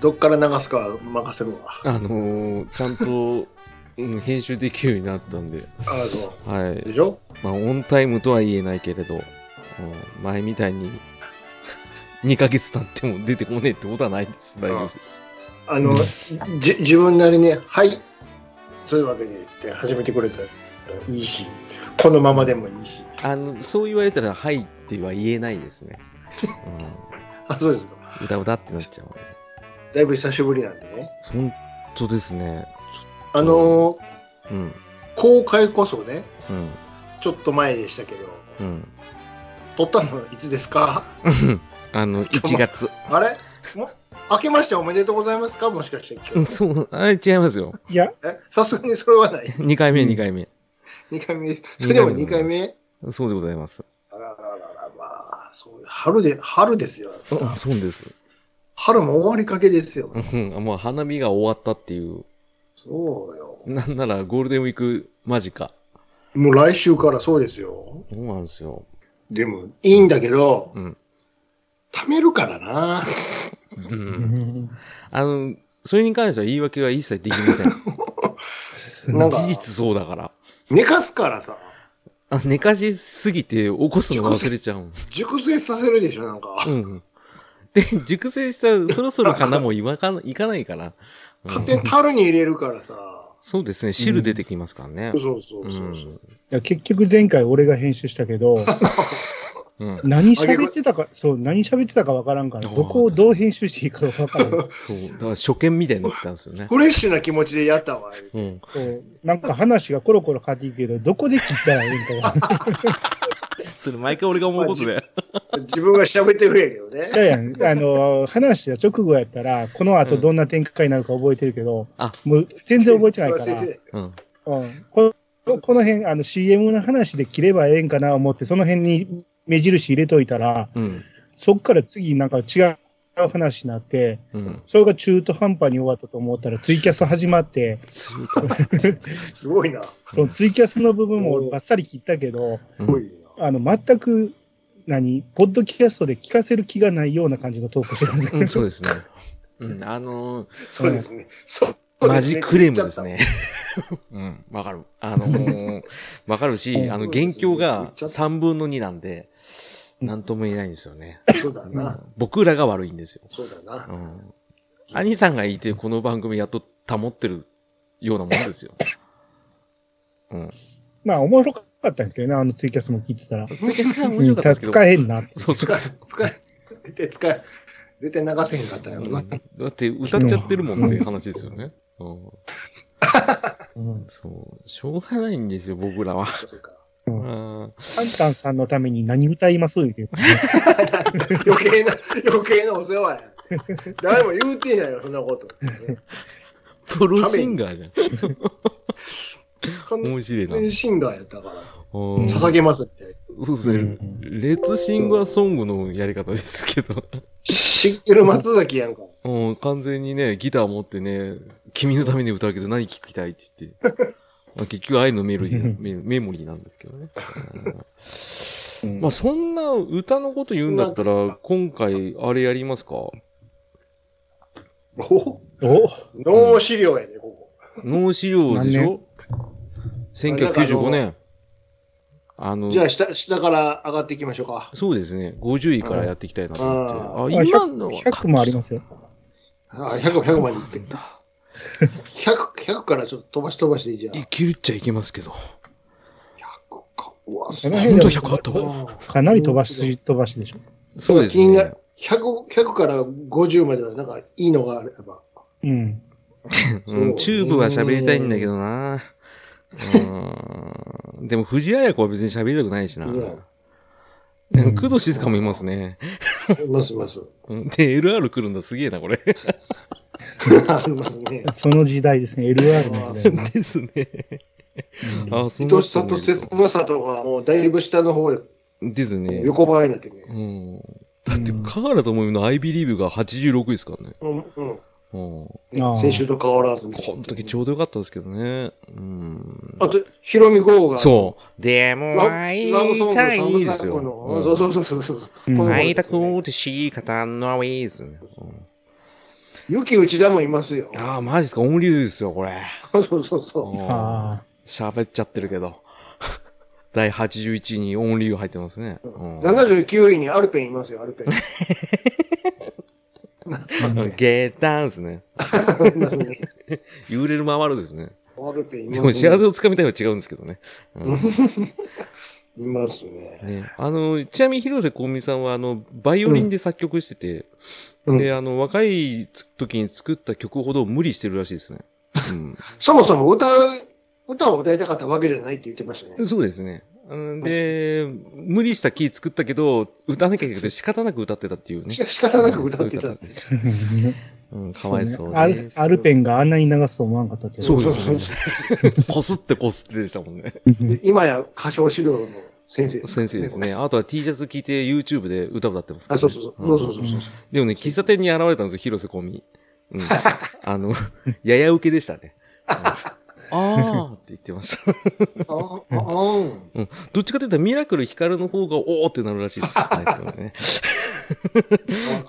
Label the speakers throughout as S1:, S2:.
S1: どっから流すかは任せるわ。
S2: あのーちゃんと、うん、編集できるようになったんで、
S1: ああ、そ
S2: は
S1: う。
S2: い。
S1: でしょ
S2: まあ、オンタイムとは言えないけれど、うん前みたいに2ヶ月経っても出てこねえってことはないです。大丈夫です。
S1: あの、じ自分なりに、はい、そういうわけでって始めてくれたらいいし、このままでもいいし。
S2: あの、そう言われたら、はいっては言えないですね。
S1: あ、そうですか。
S2: うん。うだうだってなっちゃうので。
S1: だいぶ久しぶりなんでね。
S2: 本当ですね。
S1: あのー、
S2: ちょうん。
S1: 公開こそね、
S2: うん。
S1: ちょっと前でしたけど、
S2: うん。
S1: 撮ったのいつですか
S2: あの、1月。
S1: あれも明けましておめでとうございますかもしかして今
S2: うん
S1: 日。
S2: そう、あれ違いますよ。
S3: いや、
S1: えさすがにそれはない。
S2: 2回目、
S3: うん
S2: 2回目。
S1: 2回目です。それでも2回目
S2: そうでございます。
S1: あらららら、まあ、そう春で、春ですよ。
S2: あそうです。
S1: 春も終わりかけですよ。
S2: うん。もう花見が終わったっていう。
S1: そうよ。
S2: なんならゴールデンウィーク間近。
S1: もう来週からそうですよ。
S2: そうなんですよ。
S1: でも、いいんだけど、
S2: うん。
S1: 貯めるからな。
S2: うん。あの、それに関しては言い訳は一切できません。
S1: なんか
S2: 事、実そうだから。
S1: 寝かすからさ、
S2: あ寝かしすぎて起こすの忘れちゃうんです。
S1: 熟成させるでしょ、なんか。
S2: うん。で、熟成したそろそろかなも言わかな、いかないから。うん
S1: 勝手に樽に入れるからさ。
S2: そうですね。汁出てきますからね
S1: そう。そうそう
S2: う
S1: そう。
S2: ん。
S3: いや結局前回俺が編集したけ ど、
S2: うん。
S3: 何喋ってたか、そう、何喋ってたかわからんから、
S2: あー
S3: どこをどう編集していいかわ からん。
S2: そう。だから初見みたいになってたんですよね。
S1: フレッシュな気持ちでやったわ。
S2: うん。
S3: そう、なんか話がコロコロ変わっていくけど、どこで切ったらいいんかわからん。
S2: それ毎回俺が思うことで。
S1: 自分が喋ってるんやけ
S3: い
S1: どね。
S3: や いや、あの、話した直後やったら、この後どんな展開になるか覚えてるけど、
S2: あ
S3: もう全然覚えてないから、
S1: 忘れて
S2: うん。
S3: うん、このこの辺、あの CM の話で切ればええんかな思って、その辺に目印入れといたら、
S2: うん。
S3: そっから次なんか違う話になって、
S2: うん。
S3: それが中途半端に終わったと思ったら、ツイキャス始 まって、
S2: そうだ
S1: すごいな。
S3: そのツイキャスの部分も俺バッサリ切ったけど、
S2: う
S1: す
S2: ん
S1: ごいな。
S3: あの、全く、何ポッドキャストで聞かせる気がないような感じのトークしてるん です
S2: うん、そうですね。うん、あのー
S1: そうですね。そう
S2: マジクレームです。ね。うん、わかる。あのー わかるし、あの、現況が3分の2なんで、なんとも言えないんですよね。
S1: そうだ
S2: う
S1: な。
S2: ん僕らが悪いんですよ。
S1: そうだな。
S2: うん。兄さんがいて、この番組やっと保ってるようなもんですよ。うん。
S3: まあ、面白かったんですけどね、あのツイキャスも聞いてたら。
S2: ツイキャスが面白かったですけ
S3: う
S2: ど。
S3: ん使えへんなって。
S2: そうそうそう。
S1: 使え、絶対使え、絶対流せへんかったよ
S2: う
S1: な。
S2: んだって歌っちゃってるもんって話ですよね。うん。そう。しょうがないんですよ、僕らは。
S1: そうか
S2: うん。
S3: タンタンさんのために何歌いますっていう。
S1: 余計な、余計なお世話や。誰も言うてへんやろ、そんなこと。
S2: プロシンガーじゃん。
S1: 完
S2: 面白いな。
S1: 全シンガーやったから、
S2: うん
S1: 捧げますって。
S2: そうですね。レッツシンガーソングのやり方ですけど。
S1: 知ってる松崎やんか。
S2: うん、完全にね、ギター持ってね、君のために歌うけど何聴きたいって言って。 まあ、結局愛のメロディーメ、メモリーなんですけどね。 うんまあそんな歌のこと言うんだったら、今回あれやりますか
S1: お
S3: お
S1: 脳資料やで、ここ。
S2: 脳資料でしょ ?1995 年。あの、
S1: じゃあ、下、下から上がっていきましょうか。
S2: そうですね。50位からやっていきたいなと思って。あ、今のは
S3: 100, 100もありますよ。
S1: あ、100、100まで行って。100、100からちょっと飛ばし飛ばしていいじゃん。
S2: いけるっちゃいけますけど。
S1: 100か。うわ、
S3: そ
S1: す
S3: の
S1: ごい
S3: 辺
S2: 本当
S3: で
S2: 100あったわ。
S1: な。
S3: かなり飛ばし飛ばしでしょ。
S2: そうです
S1: 気にな
S2: ね
S1: る。100、100から50までは、なんか、いいのがあれば。
S3: うん。
S2: うん、チューブは喋りたいんだけどな。 うん。でも藤あや子は別に喋りたくないしな。
S1: ね
S2: うん、工藤静香もいますね。
S1: います、います。
S2: うんで、LR 来るんだ、すげえな、これ。
S1: ありますね。
S3: その時代ですね、LR の時 代。
S2: ですね。 あ、そ
S1: 伊
S2: うだっ
S1: 藤
S2: た
S1: さ
S2: ん
S1: ん
S2: だ
S1: と切なさとか、もうだいぶ下の方で
S2: ですね。
S1: 横ばいになってね。
S2: うん。だって、河原智美の I believe が86位ですからね。
S1: うん、うん。
S2: うん。
S3: あー
S1: 先週と変わらず。
S2: この時ちょうどよかったですけどね。うん。
S1: あと、ヒロミ号が。
S2: そう。でも
S1: ラ
S2: 会い
S1: ラブソング、
S2: た
S1: サ
S2: い
S1: ン
S2: で
S1: ド
S2: す
S1: サ
S2: よ。
S1: ーク
S2: う
S1: の。
S2: ん
S1: そうそうそうそうそう。
S3: うん
S1: この頃ですね
S2: 会いたくて仕方ないですね。うん
S1: 良き内田もいますよ。
S2: ああ、マジですか。オンリュウですよ、これ。
S1: そうそうそう。
S2: あ
S3: あ
S2: ー喋っちゃってるけど。 第81位にオンリュウ入ってますね。うん
S1: 79位にアルペンいますよ、アル ペン。
S3: ー
S2: ゲーターンですね。
S1: ア
S2: 揺れる回るですね。
S1: ルペンいます
S2: でも幸せをつかみたいは違うんですけどね。うん
S1: いますね。
S2: ね、あの、ちなみに広瀬香美さんは、あの、バイオリンで作曲してて、
S1: うん
S2: で、あの、若い時に作った曲ほど無理してるらしいですね。
S1: そもそも歌う、歌を歌いたかったわけじゃないって言ってました
S2: う
S1: ね
S2: ん。。そうですね。うんで、無理したキー作ったけど、歌わなきゃいけなくて仕方なく歌ってたっていうね
S1: し。か仕方なく歌って
S2: そうい
S1: た
S2: う方。です。 うん、かわいそう
S3: ねアル
S2: で。す。
S3: アルペンがあんなに流すと思わなかったけど。
S2: そうですね。こすってこすってでしたもんね。
S3: うん
S1: 今や歌唱指導の先生。
S2: 先生ですね。。あとは T シャツ着て YouTube で歌歌ってますから
S1: あ、そ
S2: ね、
S1: うそうそう。そうそうそう
S3: うん
S2: でもね、喫茶店に現れたんですよ、広瀬香美。うん。あの、やや受けでしたね。 うんあーって言ってました。
S1: そう。ああ、ああ。
S2: どっちかというとミラクル光の方がおーってなるらしいです。はいね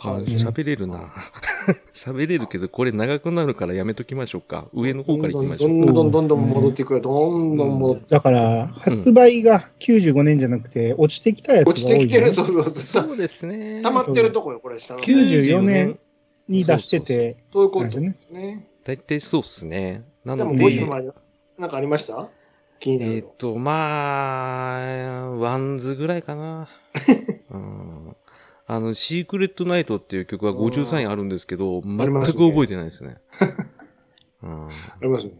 S1: わかる
S2: 喋れるな。 喋れるけど、これ長くなるからやめときましょうか。上の方から行きまし
S1: ど
S2: ょう。
S1: んどんどんどん戻っていくよ。どんどん戻って。
S3: だから、発売が95年じゃなくて、落ちてきたやつ
S1: 落ち
S3: が多
S1: て
S3: い
S1: きて
S3: よ、
S1: る、
S3: ね
S1: そ、うそ。
S2: そううですね。
S1: 溜まってるとこよ、これ、下の。そ
S3: 94年に出してて、
S1: ういうこ
S3: なん
S1: と
S3: で
S1: です
S3: ね。
S1: ね。
S2: 大体そうっすね。な
S1: でも、
S2: の
S1: もう一
S2: で
S1: 個、前に、なんかありました気にな
S2: えっ
S1: るの。
S2: と、まあ、ワンズぐらい かな。うんあの、シークレットナイトっていう曲は53位あるんですけど、全
S1: あり
S2: く
S1: ますね
S2: 覚えてないです ね。うん
S1: ありますね。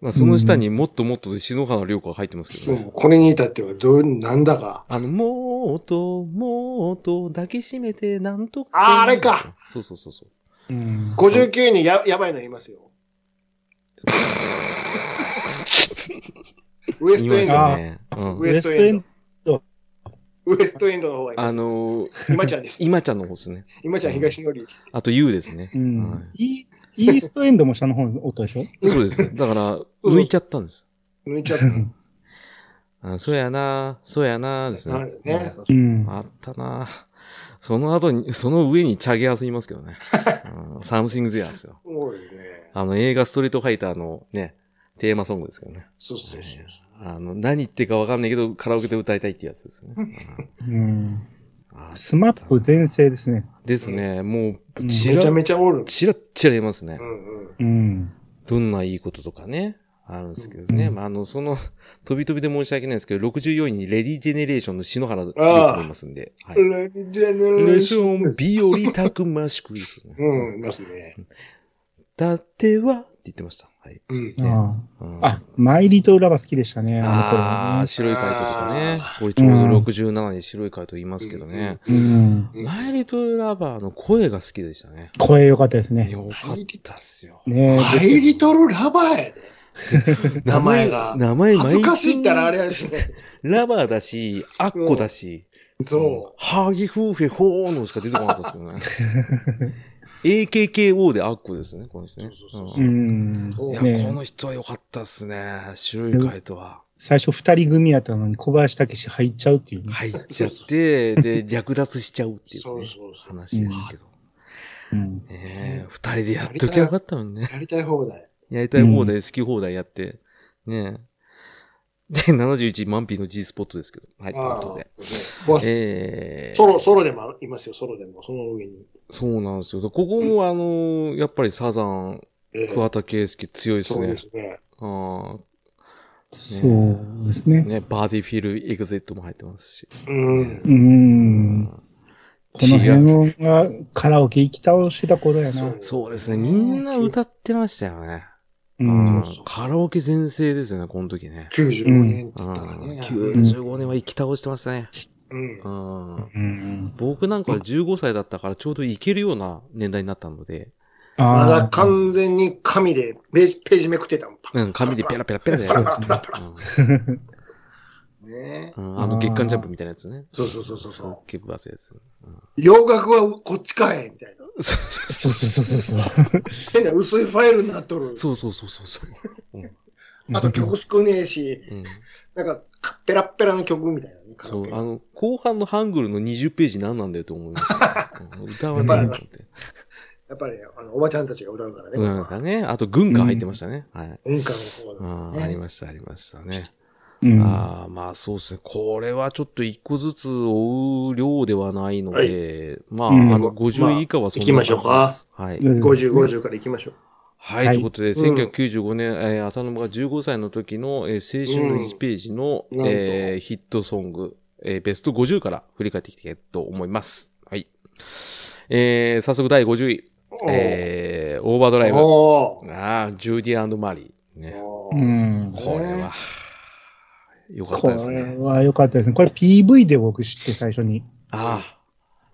S2: まあ、その下にもっともっとで篠原涼子が入ってますけ
S1: そ
S2: ど
S1: う
S2: ね。
S1: これに至っては、どう、なんだか。
S2: あの、もーっと、もーっと抱きしめてなんとか。
S1: あーあれか。
S2: そうそうそうそう。
S3: うん
S1: 59位にややばいのいます よ。ウエス
S2: 言い
S1: ト
S2: ま
S1: エンド。
S2: すよね。うん
S1: ウ
S3: ウ
S1: エ
S3: エ
S1: ス
S3: ス
S1: ト
S3: ト
S1: エ
S3: エ
S1: ン
S3: ン
S1: ド
S3: ド。
S1: ウエストエンドの方がいい
S2: あのー、
S1: 今ちゃんです。
S2: 今ちゃんの方ですね。
S1: 今ちゃん東より。
S2: あと U ですね。
S3: うん
S2: はい
S3: イイーストエンドも下の方におったでしょ
S2: そうですね。だから、抜いちゃったんです。
S1: 抜いちゃった。
S2: あそうやなそうやなです
S1: な
S2: ね
S1: る。ね。
S3: うん。
S2: あったなその後に、その上にチャゲアスいますけど ね。うん、サムシングゼアですよ。
S1: 多いね。
S2: あの映画ストリートファイターのね、テーマソングですけどね。
S1: そうそうそうそう。
S2: あの、何言ってるかわかんないけど、カラオケで歌いたいってやつですね。うん
S3: うん
S2: あ
S3: スマップ全盛ですね。
S2: ですね。もう、
S3: うん
S2: ち
S1: め
S2: ら
S1: ちゃ、めちゃおる。
S2: ちらっちらいますね
S1: う。んうん。
S3: うん。
S2: どんないいこととかね。あるんですけどね。
S3: うん
S2: まあ、あの、その、 飛び飛びで申し訳ないですけど、64位にレディジェネレーションの篠原涼子もいますんで。はい。
S1: レディジェネレ
S2: レ
S1: ー
S2: ー
S1: シ
S2: シ
S1: ョン
S2: ョン、日和たくましくですよね。
S1: うん、いますね。
S2: だっては、って言ってました。はい。
S1: うん。
S2: ね
S3: あ
S2: うん
S3: ああ、マイリトルラバ好きでしたね、
S2: あ
S3: あ
S2: ー、白いカイトとかね。これちょうど67に白いカイト言いますけどね。
S3: の頃ね。うん。
S1: うん
S2: マイリトルラバーの声が好きでしたね。
S3: 声良かったですね。
S2: よかったっすよ。
S3: ね
S1: マイリトルラバーやで。名前が
S2: 名前、マ
S1: 恥
S2: イリ
S1: ず
S2: ト
S1: かしいったらあ
S2: ル
S1: れやしね。
S2: ラバーだし、アッコだし、
S1: そ
S2: ハーギフーフェホーのしか出てこなかったですけどね。AKKO でアッコですね、この人ね。
S1: そう
S3: う
S2: うん
S3: ん。
S1: そう
S2: いや、
S3: ね
S2: この人は良かったっすね。白いカイトは。
S3: 最初二人組やったのに小林武史入っちゃうっていうね。
S2: 入っちゃって、で、略奪しちゃうって
S1: う。
S2: い
S1: そうう
S2: ね
S1: そうそう。
S2: 話ですけど。
S3: うん。
S2: ねえ、二人でやっときゃよかったのにね。
S1: やりたい放題。
S2: やりたい放題、好き放題やって。ねえ。で、71、マンピーの G スポットですけど。はい、という
S1: ああ
S2: ことで。。
S1: ボス
S2: ええ
S1: ソロ、ソロでもいますよ、ソロでも。その上に。
S2: そうなんですよ。ここも、あの、やっぱりサザン、
S1: ええ
S2: 桑田佳祐強いです
S1: そう
S2: ね
S1: で。すね。
S2: あ
S3: そうです
S2: あ
S3: ね。
S2: ね、バーディフィル、エグゼットも入ってますし。
S1: うん
S3: う。ん。この辺がカラオケ行き倒してた頃やな。
S2: そうですね。みんな歌ってましたよね。
S3: う。
S2: うんん。カラオケ全盛ですよね、この時ね。
S1: 95年っつったらね。
S3: ん
S2: 95年は生き倒してましたね。
S1: うん
S2: う。ん。
S3: うん。
S2: 僕なんかは15歳だったからちょうどいけるような年代になったので、
S1: ま
S3: あ
S1: だ
S3: あ。
S1: 完全に紙でページ、ページめくってたもん。パ
S2: うん、紙でペラペラペラペラや
S3: そう
S2: る
S3: ですね。
S1: ッね。
S2: うんうんあの月刊ジャンプみたいなやつね。
S1: そうそうそうそう
S2: すっ
S1: そ
S2: げえ分厚いやつ。うん
S1: う。洋楽はこっちかいみたいな。
S2: そうそう
S3: そうそうそうそう。
S1: 変な薄いファイルになっとる。
S2: そうそうそうそうそう。うん
S1: あと曲少ねえし、
S2: うん
S1: なんか、ペラッペラの曲みたいなね。
S2: そう、
S1: カラ
S2: あ
S1: オ
S2: の、後半のハングルの20ページ何なんだよと思いました。うん歌わないと思って。
S1: やっぱり、あの、おばちゃんたちが歌うからね。
S2: うんなんですかね。あと、軍歌入ってましたね。はい。
S1: 文化の方
S2: う
S1: だ
S2: ん、
S1: ね
S2: ありました、ありましたね。
S3: うん
S2: あーまあ、そうですね。これはちょっと一個ずつ追う量ではないので、まあ、
S3: うん
S2: あの、50位以下はそんな感じ
S1: ま
S2: です
S1: あ行きまし
S2: はい。
S1: 50、50から行きましょう。
S2: はい、
S3: はい
S2: ということで、
S1: うん
S2: 1995年、えー浅沼が15歳の時の、えー青春の1ページの、
S1: うんなんと
S2: えーヒットソング、えーベスト50から振り返っていきたいと思います。はい。えー早速第50位、えーオーバードライブ。あ
S1: おー
S2: あ、ジューディーマリー。ね。
S1: おー
S3: うん
S2: これは、よかっ
S3: こ
S2: たです
S3: れ
S2: ね。
S3: は良かったですね。これ PV で僕知って最初に。
S2: あ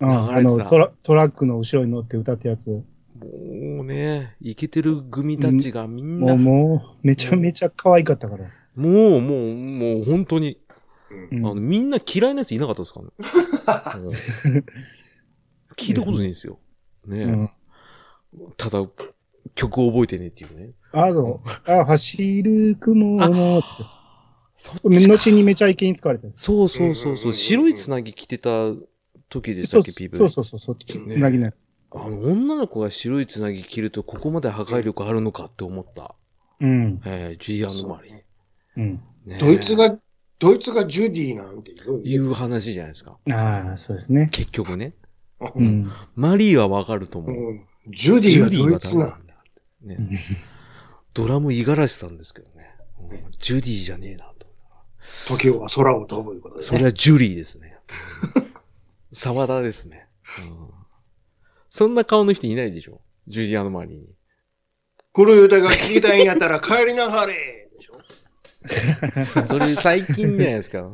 S2: あ、
S3: うん
S2: 流
S3: あ
S2: れてた
S3: のトラ、トラックの後ろに乗って歌ったやつ。
S2: もうね、イケてる組たちがみん
S3: も
S2: な、
S3: う、
S2: も
S3: もう、めちゃめちゃ可愛かったから。
S2: う、もう、もう本当に、
S3: う
S2: あの、
S3: ん、
S2: みんな嫌いなやついなかった ですからね。うん聞いたことないですよ。
S3: う
S2: ね
S3: ん
S2: ただ、曲を覚えてねっていうね。
S3: あの、あ、走る雲の、つって
S2: そ
S3: これ後にめちゃイケに使われたんです。
S2: そうそうそうそう。白いつなぎ着てた時でしたっけ、PV。
S3: そうそうそうそう、つ
S2: ね
S3: なぎのやつ。
S2: あの、女の子が白いつなぎ着ると、ここまで破壊力あるのかって思った。
S3: うん。
S2: えー、ジュリアンのマリー。
S3: うん。
S2: ね
S1: ドイツ、が、ドイツがジュディなんていう
S2: い
S1: 言う。
S2: う話じゃないですか。
S3: ああ、そうですね。
S2: 結局ね。
S3: う。ん。
S2: マリーはわかると思う。
S1: うんジュディがドイツ
S2: ジュディ
S1: な
S2: は。誰なんだ。ね。ドラム五十嵐さんですけどね。うんジュディじゃねえなと。
S1: 時は空を飛ぶということです
S2: そ
S1: ね。
S2: れはジュリーで すね。沢田ですね、うんそんな顔の人いないでしょジュリアの周りに。
S1: この歌が聴きたいんやったら帰りなはれでしょ
S2: それ最近じゃないで すか。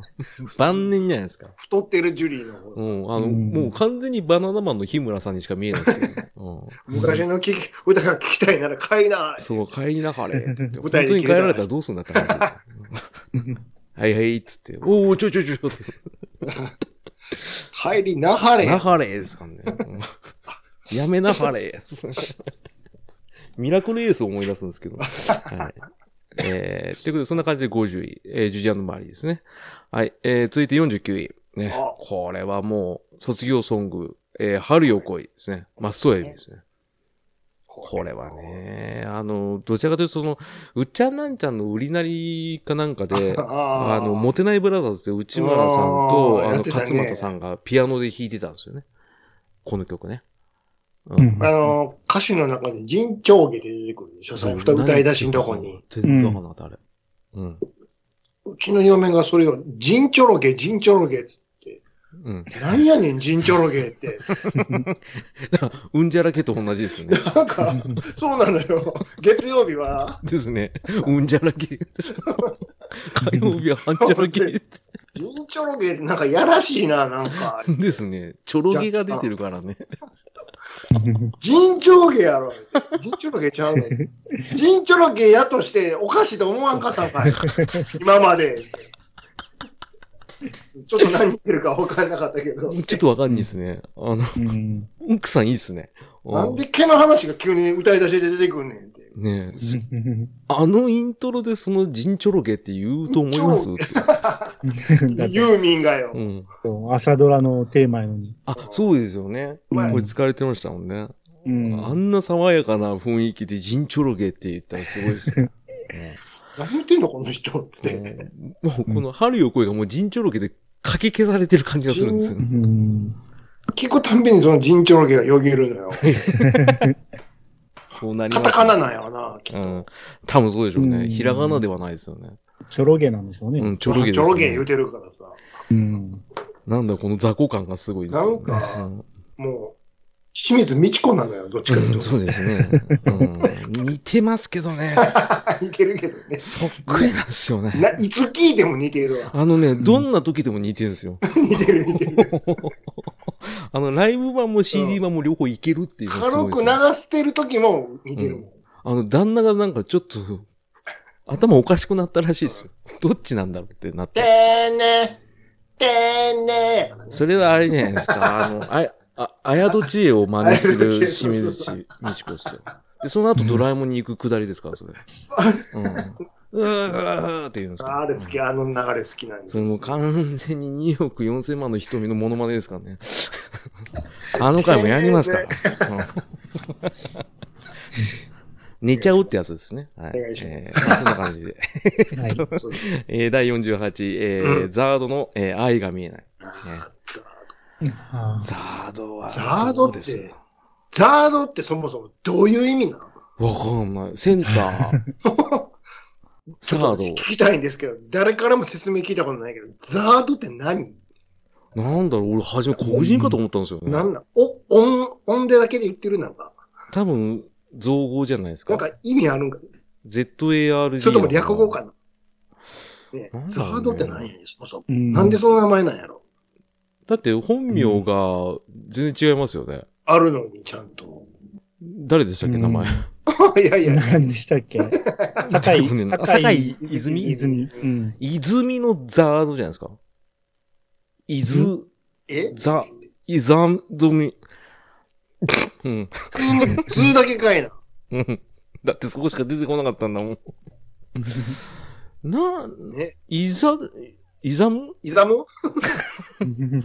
S2: 晩年じゃないですか。
S1: 太ってるジュリーの方。
S2: うん。あの、
S3: うん
S2: もう完全にバナナマンの日村さんにしか見えないですけど。うん、
S1: 昔の聞き歌が聴きたいなら帰りなはれ。
S2: そう、帰りなはれって言って。本
S1: 舞
S2: 当
S1: 台で
S2: に
S1: 切
S2: 帰
S1: れた
S2: ら
S1: ね
S2: れたらどうすんだって話ですよ。はいはい、っつって。おおちょいちょいちょいちょいって。
S1: 帰りなはれ。
S2: なはれですかね。うんやめなはれです。ミラクルエースを思い出すんですけど。はい。えー、ということで、そんな感じで50位、えージュリアンの周りですね。はい。えー、続いて49位。ね
S1: あ。
S2: これはもう、卒業ソング、えー、春よ来いですね。マストエビですね。これはね、あの、どちらかというと、その、うっちゃんなんちゃんの売りなりかなんかで、
S1: あ
S2: あ
S1: ー
S2: の、モテないブラザーズで内村さんと、
S1: あー
S2: あの、
S1: やってたね
S2: 勝俣さんがピアノで弾いてたんですよね。この曲ね。う
S3: うん。
S1: あの、歌詞の中に人長下で出てくるでしょ、
S2: そう
S1: 最後歌い出しのとこに。。
S2: 全然わかんなかった、あれ。うん。
S1: うちの嫁がそれを、人ちょろげ、人ちょろげっつって、
S2: うん。
S1: なんやねん、人ちょろげって。
S2: だから、うんじゃらけと同じですよね。
S1: なんか、そうなのよ。月曜日は、
S2: ですね。うんじゃらけ。 火曜日は半じゃらけ。
S1: 人ちょろげってなんかやらしいな、なんか。
S2: ですね。ちょろげが出てるからね。
S1: 人ちょろげやろ。人ちょろげちゃうねん。人ちょろげやとしておかしいと思わんかったん かい。今まで。ちょっと何言ってるか分からなかったけど。
S2: ちょっとわかんないですね。あの、
S3: うん。
S2: 奥さんいいですね。うん
S1: なんで毛の話が急に歌い出しで出てくんねんって。
S2: ねえあのイントロでそのジンチョロゲって言うと思います
S3: だって
S1: ユーミンがよ
S2: う。ん。
S3: 朝ドラのテーマやのに。
S2: あ、そうですよね。こ
S1: うん
S2: れ使われてましたもんね。
S3: う
S2: あ
S3: ん。
S2: んな爽やかな雰囲気でジンチョロゲって言ったらすごいですよ。
S1: 何言ってんのこの人って。
S2: ねうんもうこの春よ声がもうジンチョロゲでかき消されてる感じがするんですよ
S3: う
S2: ね。
S3: ん。
S1: 聞くたんびにその人長毛がよぎるのよ。
S2: そうなり
S1: カ
S2: ます、
S1: タ
S2: ね。
S1: カナなんやろな。きっ
S2: う
S1: と
S2: ん。多分そうでしょう
S3: う
S2: ね。
S3: ん
S2: ひらがなではないですよね。
S3: ちょろげなんでしょう
S2: う
S3: ね。
S2: ん、チョロゲ
S1: ち
S2: で
S1: ょ
S2: す、
S1: ろげ言
S2: ね
S1: う。てるからさ。
S3: うん。
S2: なんだこの雑魚感がすごいですけどね、
S1: なんか
S2: うん
S1: もう、清水美智子なのよ、どっちかというと。
S2: そうですね、うん。似てますけどね。
S1: 似てるけどね。
S2: そっくりなんですよね。
S1: な、いつ聞いても似てるわ。
S2: あのね、どんな時でも似てるんですよ。
S1: 似てる似てる。
S2: あの、ライブ版も CD 版も両方いけるっていうのがすご
S1: 軽
S2: いで
S1: く
S2: す
S1: 流
S2: よ、
S1: してる時も似てるもん。
S2: あの、旦那がなんかちょっと、頭おかしくなったらしいですよ。どっちなんだろうってなって
S1: て
S2: るんで
S1: ーねてーね
S2: すよ。それはあれじゃないですか。あの、あや、あ、あやど知恵を真似する清水ちみちこですよ。で、その後ドラえもんに行くくだりですから、それ。 うん。うーうーって言うんですか。
S1: あれ好き、あの流れ好きなんです
S2: それもう完全に2億4千万の瞳のモノマネですからね。あの回もやりますから。うん寝ちゃうってやつですね。はい。
S1: お願いします
S2: えーまあそんな感じで。
S3: はい。
S1: そう
S2: えー第48、えー
S1: うん
S2: ザードの、えー愛が見えない。
S1: あーザ
S2: ザ
S3: あ
S2: ードは、
S1: ザードって
S2: ですわ
S1: ザードってそもそもどういう意味なの
S2: かんない。センター、サー
S1: 聞きたいんですけど、誰からも説明聞いたことないけど、ザードって何
S2: ド。なんだろう、俺初め黒人かと思ったんですよね。
S1: なんなんお、音、音でだけで言ってるなんか、
S2: 多分、造語じゃないです
S1: な
S2: か
S1: ん。か意味あるんか、
S2: ZARD。
S1: それとも略語かな。ね
S2: なんだろうね
S1: ザードって何やねんそもそも。
S3: ーうん
S1: なんでその名前なんやろ
S2: だって本名が全然違いますよね。
S1: あるのにちゃんと。
S2: 誰でしたっけ、
S3: うん
S2: 名前。
S1: いやいや、
S3: 何でしたっけ坂井、
S2: 坂井泉
S3: 泉。うん。
S2: 泉のザードじゃないですか。伊豆、
S1: え
S2: ザ、イザードミ。うん。
S1: 普通だけかいな。
S2: うんだってそこしか出てこなかったん だもん。な、
S1: ね。
S2: いざ、いざむ
S1: イザム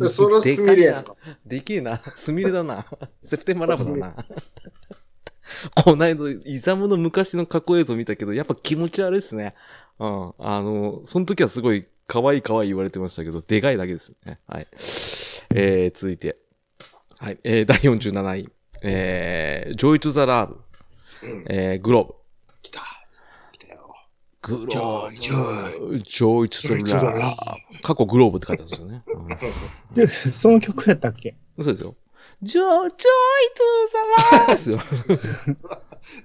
S1: そのスミレやんか。
S2: でけえな。スミレだ な。セプテンバラブだな。こないだ、イザムの昔の過去映像見たけど、やっぱ気持ち悪いっすね。うん。あの、その時はすごい、可愛い可愛い言われてましたけど、でかいだけですね。はい。えー、続いて。はい。えー、第47位。えー、ジョイ・トゥ・ザ・ラブ。
S1: うん。
S2: えー、グローブ。
S1: 来た。来たよ。
S2: グロ
S1: ロ
S2: ー
S1: ー
S2: ブ。
S1: ブ
S2: ジョイツ
S1: ジョイツ
S2: ラ
S1: ラ
S2: ブ。過去グローブって書いてあるんですよね。
S3: でその曲やったっけ
S2: うん、そうですよ。ジョ、ジョイツザ ラブですよ。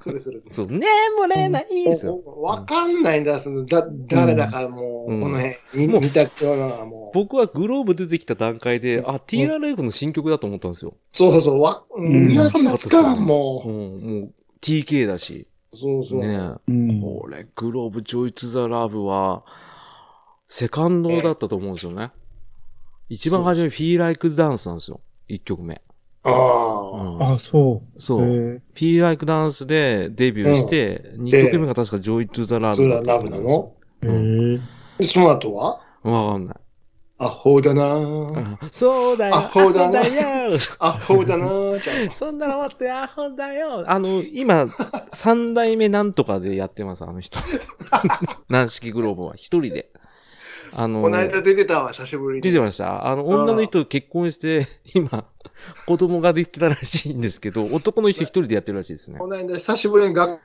S1: それそれそれ。
S2: そう、眠れないですよ。
S1: おおわかんないんだ、その、だ、誰だかもう、
S2: うん
S1: この辺、に
S2: もう
S1: 似たようなのはもう。
S2: 僕はグローブ出てきた段階で、あ、TRF の新曲だと思ったんですよ。
S1: そうそう、わ、
S3: う
S1: うんん、なんだかん、
S2: う
S1: も
S2: ん、もう TK だし。
S1: う。そうそう。
S2: ね
S3: うん。
S2: これ、グローブ、ジョイツザラブは、セカンドだったと思うんですよね。一番初め、フィーライクダンスなんですよ。一曲目。
S1: あ
S2: う
S1: あ、
S2: ん、
S3: あ、そ。
S2: そうう。
S3: へ
S2: フィーライクダンスでデビューして、二2曲目が確か Joy to the Love。
S1: それはラブなの
S3: え。へえ。
S1: でその後は
S2: わかんない。
S1: アホだなぁ。
S2: あそうだよ、ア
S1: アホ
S2: ホだ
S1: だな
S2: よ。
S1: アホ だなぁ。ちゃんと
S2: そんなの待って、アホだよ。あの、今、三代目なんとかでやってます、あの人。軟式グローブは、一人で。あの、
S1: この間出てたわ、久しぶりに。
S2: 出てました。あの、女の人結婚して、今、子供ができたらしいんですけど、男の人一人でやってるらしいですね
S1: こ。の間久しぶりに学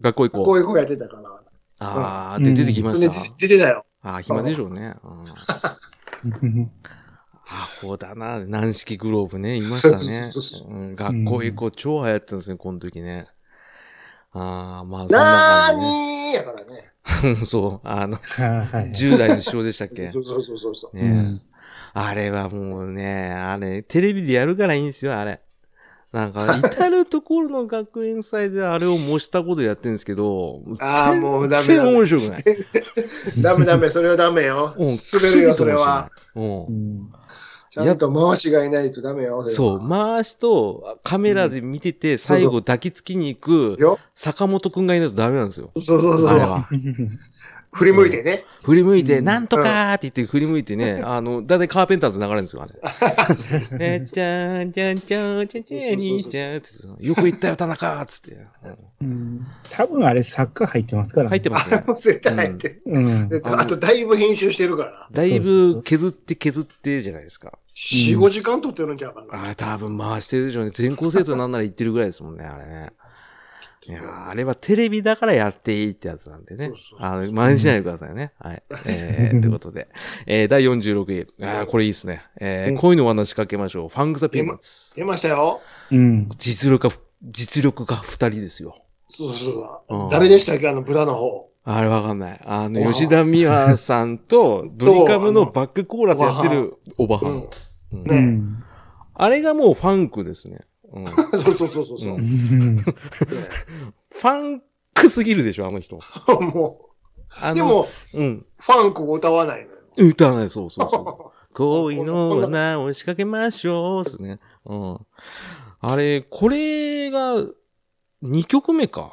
S2: 学校行こ
S1: 校
S2: う。
S1: へこうやってたから。
S2: あー、で、出てきまし
S1: で
S2: た。
S1: 出てたよ。
S2: あー、暇でしょうね。うんアホだな。軟式グローブね、いましたね
S1: そうそうそ。
S2: うん、学校へこう、超流行ってたんですね、この時ね。ああ、まあ、そん
S1: な
S2: な
S1: ー
S2: 感
S1: にーやからね。
S2: じで。そう、あの、
S3: はいはい。
S2: 10代の首相でしたっ け
S1: そうそうそうそうそう。
S3: う
S2: ね
S3: ん
S2: あれはもうね、あれ、テレビでやるからいいんですよ、あれ。なんか、至るところの学園祭であれを模したことやってるんですけど、
S1: あーもうダメだ
S2: 全然面白くない。
S1: ダメダメ、それはダメよ。
S2: うん、
S1: 滑
S2: くす
S1: る
S2: ぐ
S1: よ、
S2: と
S1: そ
S2: も
S1: れ
S2: し
S1: は
S2: な。い。うん
S3: う。ん
S1: ちゃんと回しがいないとダメよ。れは
S2: そう、回しとカメラで見てて、最後抱きつきに行く
S1: よ。
S2: 坂本くんがいないとダメなんですよ。
S1: そうそうそう
S2: あれ
S1: そう。
S2: は。
S1: 振り向いてね。
S2: 振り向いて、
S3: うん
S2: なんとかーって言って振り向い てね、あの、だいたいカーペンターズ流れるんですよ、あれ。え、ちゃんちゃんちゃんちゃんちゃんにちゃんつって、よく言ったよ、田中つって。うん
S3: うん多分あれ、サッカー入ってますから
S2: 入
S3: ね。
S2: ってますね。
S1: もう絶対入って。
S3: うん。
S1: で
S2: あの
S1: あと、だいぶ編集してるから。
S2: だいぶ削って削ってじゃないですか。
S1: 4、5時間撮ってるんちゃうかな。
S2: ああ、多分回してるでしょうね。全校生徒なんなら言ってるぐらいですもんね、あれね。いやーあれはテレビだからやっていいってやつなんでね
S1: そう。そう
S2: あの、真似しないでくださいね。はい。えー、ということで。えー、第46位。ああ、これいいですね。えー、
S1: うん
S2: 恋の罠仕掛けましょう。ファングザピーナッツ。
S1: 出ましたよ。
S3: うん。
S2: 実力が、実力が二人ですよ。
S1: そうそう
S2: う
S1: そ
S2: ん
S1: う。誰でしたっけあの、豚の方。
S2: あれわかんない。あ
S1: わ
S2: の、
S1: あ
S2: 吉田美和さん とドリカムのバックコーラスやってるおば
S1: う
S2: はん
S1: ん。。
S2: うん
S1: ね
S3: うん
S2: あれがもうファンクですね。うん。フ
S1: そうそうそうそう
S2: う
S1: そ
S2: ん
S1: う。ね
S3: うん
S2: ァンクすぎるでしょ、あの人。
S1: も
S2: あ
S1: う。
S2: の
S1: で、も、
S2: うん。
S1: ファンクを歌わないのよ。
S2: 歌わない、そうそうそう。 恋の罠を仕掛けましょう。ですね。うん。あれ、これが、2曲目か。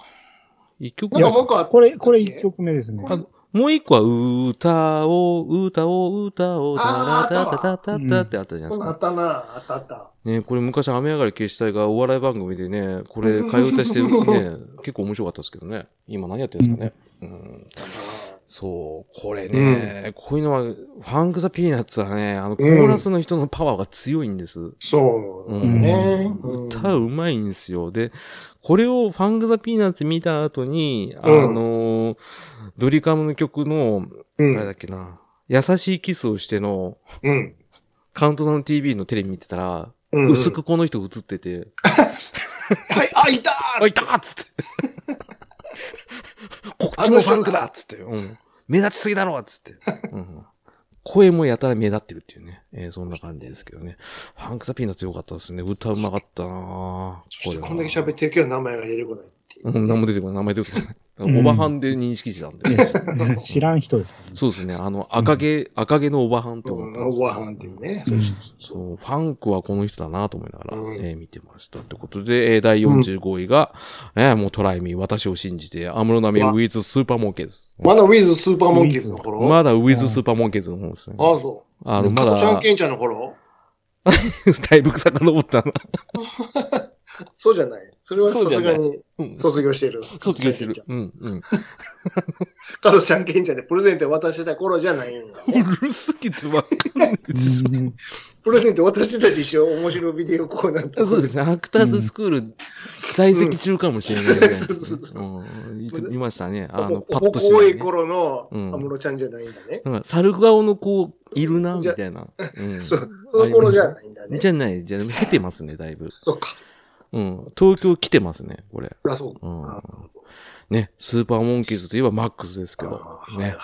S2: 1曲
S1: ないん
S2: や
S1: か、僕は、
S3: これ、これ1曲目ですね。
S2: あもう一個は、歌を、歌を、歌を、
S1: あ
S2: タ
S1: ー
S2: ラタタタタってあったじゃな
S1: こ
S2: いです
S1: んなんあっ
S2: か。
S1: たな、あったあった。
S2: ねこれ昔、雨上がり消したいが、お笑い番組でね、これ、替え歌し てね、結構面白かったですけどね。今何やってるんですかね。うん。そう、これね、こういうのは、ファンクザピーナッツはね、あの、コーラスの人のパワーが強いんです。
S1: そうう。
S2: ん
S1: ね。うん
S2: 歌うまいんですよ。で、これをファングザピーナッツ見た後に、あ
S1: うん
S2: のードリカムの曲の、
S1: う
S2: あ
S1: ん
S2: れだっけな、優しいキスをしての、
S1: うん。
S2: カウントダウン TV のテレビ見てたら、
S1: うん
S2: 薄く。この人映ってて、
S1: はい、あ、いた
S2: あ、いたーっつって。 こっちもファンクだっつって。うん。目立ちすぎだろっつって。うん。声もやたら目立ってるっていうね。えーそんな感じですけどね。ファンクザピーナッツ良かったですね。歌うまかったなぁ
S1: こ
S2: は
S1: んだけ喋ってるけど名前が出てこない。
S2: うん、何も出てこない。名前出てこ
S3: う
S2: ない。
S3: ん
S2: おばはんで認識してたんで。
S3: 知らん人です。
S2: そうですね。あの、赤毛、赤毛のおばはんって思ったんです
S1: オバハンっていう。ね。
S2: そう、ファンクはこの人だなと思いながら、
S1: うん
S2: えー見てました。ということで、えー第45位が、えーもうトライミー、私を信じて、アムロナミウ
S1: うわ
S2: ィズスーパーモンケーズ。
S1: まだウィズスーパーモンキーズの頃あ、
S2: まだウィズスーパーモンケーズの方ですね。
S1: そ
S2: あ
S1: う。
S2: の、ま
S1: ちゃん
S2: だ、
S1: けんちゃんの頃
S2: だいぶ遡ったな。
S1: そうじゃない。それはさすがに
S2: うん
S1: 卒業してる。
S2: 卒業してる。うん、うん。
S1: 加藤ちゃんけんちゃんでプレゼント渡してた頃じゃない んだね。
S2: うるすぎてわかんないでしょ。
S1: プレゼント渡してたでしょ面白いビデオコーナーとか
S2: そうですね。アクターズスクール在籍中かもしれないね。うんいついましたね。 あの、パッとして
S1: お
S2: な
S1: お
S2: い
S1: い
S2: ね、
S1: 頃の
S2: うん
S1: 安室ちゃんじゃないんだね。
S2: なんか、猿顔の子、いるな、みたいな。うん。
S1: そう。その頃じゃないんだね
S2: じ。ゃない、じゃない、経てますね、だいぶ。
S1: そうか。
S2: うん。東京来てますね、これ。
S1: そりゃそう
S2: うん
S1: あ。
S2: ね、スーパーモンキーズといえばマックスですけど
S1: あ、ー
S2: ね。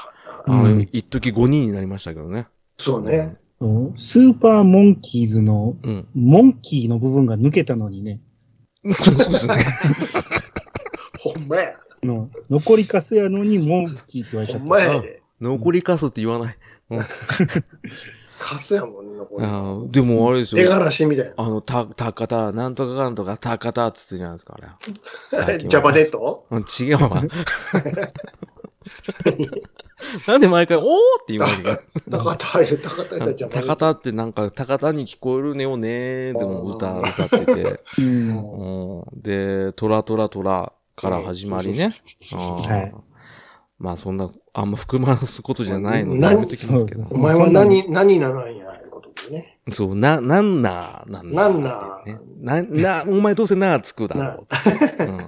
S2: あ
S3: はいはい
S2: の、一時5人になりましたけどね。
S1: そうね。
S3: うんスーパーモンキーズの、
S2: うん。
S3: モンキーの部分が抜けたのにね、
S2: そうですね。
S1: ほんまや。
S3: あの残りカスやのにモンキーって言われ
S1: ほ
S3: ちゃっ
S1: ん
S3: た。
S1: まやで。
S2: 残りカスって言 わない。
S1: カスやもんね、これ。
S2: あーでも、あれですよ。
S1: 手がらしみたいな。
S2: あの、た、たかた、なんとかかんとか、たかたっつってるじゃないですか、あれ。
S1: ジャパネット
S2: うん違う わ。なんで毎回、おーって言われる
S1: 高田入る、高田入ったジャパネ
S2: 高
S1: ット。
S2: 田ってなんか、高田に聞こえるねよねーでも歌、
S1: あ
S2: 歌ってて。
S3: うん
S2: うんで、トラトラトラから始まりね。あー
S3: はい
S2: まあそんな、あんま含ますことじゃないので、
S1: 何
S2: やめときますけど。
S1: お前は何、何なのや、いうことでね。
S2: そう、な、なんな、なんな。
S1: なんな
S2: ねな、な、お前どうせなつくだろう。うん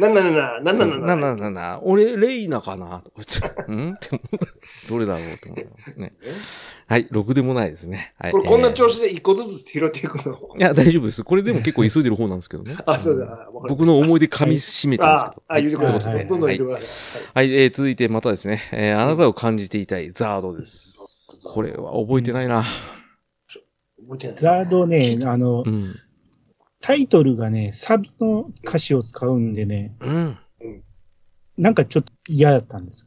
S1: なんなん なんなんなんな
S2: な
S1: んん
S2: な
S1: なん
S2: なんなん俺、レイナかな とか言って、うんって思うどれだろうと思う。ね。はい、ろくでもないですね。はい。
S1: これこんな調
S2: 子、
S1: 子で一個ずつ拾っていくの。。
S2: いや、大丈夫です。これでも結構急いでる方なんですけどね
S1: あ、そう。だ。わかる
S2: 僕の思い出噛み締めてますけ
S1: あ
S2: ど。
S1: あ、言うてくださ。
S3: はいい
S1: どんどん言
S2: は
S1: っ
S2: い
S1: てください。
S2: はい、えー続いてまたですね、えーあなたを感じていたい、ザードです。これは覚えてないな。
S1: 覚えてない。
S3: ザードね、あの
S2: う、ん。
S3: タイトルがね、サビの歌詞を使うんでね、
S2: うん。
S3: なんかちょっと嫌だったんです。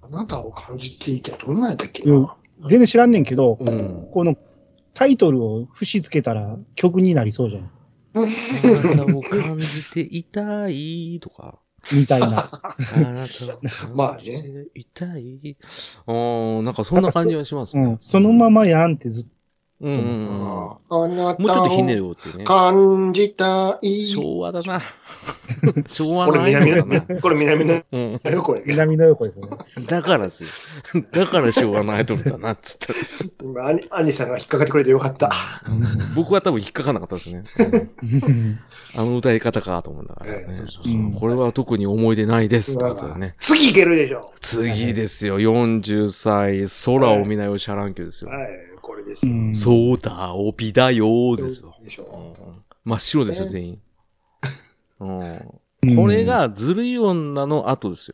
S1: あなたを感じていたどんなんやったっけ
S3: うん
S1: な
S3: 全然知らんねんけど、
S2: うん
S3: このタイトルを節つけたら曲になりそうじゃない
S2: あなたを感じていたいとか。
S3: みた いな。
S2: あなたを感じていたい。あーなんかそんな感じはします
S3: う
S2: ね
S3: ん。。そのままやんってずっと。
S2: うんうんうん。も
S1: ああな
S2: うちょ
S1: た
S2: っとひね
S1: を
S2: るよってね。
S1: 感じたい。
S2: 昭和だ な。昭和
S1: これ
S2: のアイド
S1: 南
S2: ルだな。
S1: の、これ南の
S2: うん。
S1: 横やけど
S3: 南の横ですね。
S2: だからですよ。だから昭和のアイドルだな、っつったんです。
S1: 今、兄兄さんが引っかかってくれてよかった。
S2: 僕は多分引っかかんなかったですね。あの歌い方かと思うんだから
S1: ええ
S2: ね
S1: そうそう
S3: そう
S2: うんこれは特に思い出ないです。ってことだね。
S1: 次いけるでしょ。
S2: 次ですよ。40歳、空を見なよ、シャランキュですよ。
S1: はい、これです
S3: う
S1: よ。
S3: ん
S2: そうだ、オピだよーですよ。
S1: でし
S2: う
S1: ょ。
S2: ん真っ白ですよ、
S1: ええ
S2: 全員。うん
S3: うん
S2: これ、がずるい女の後です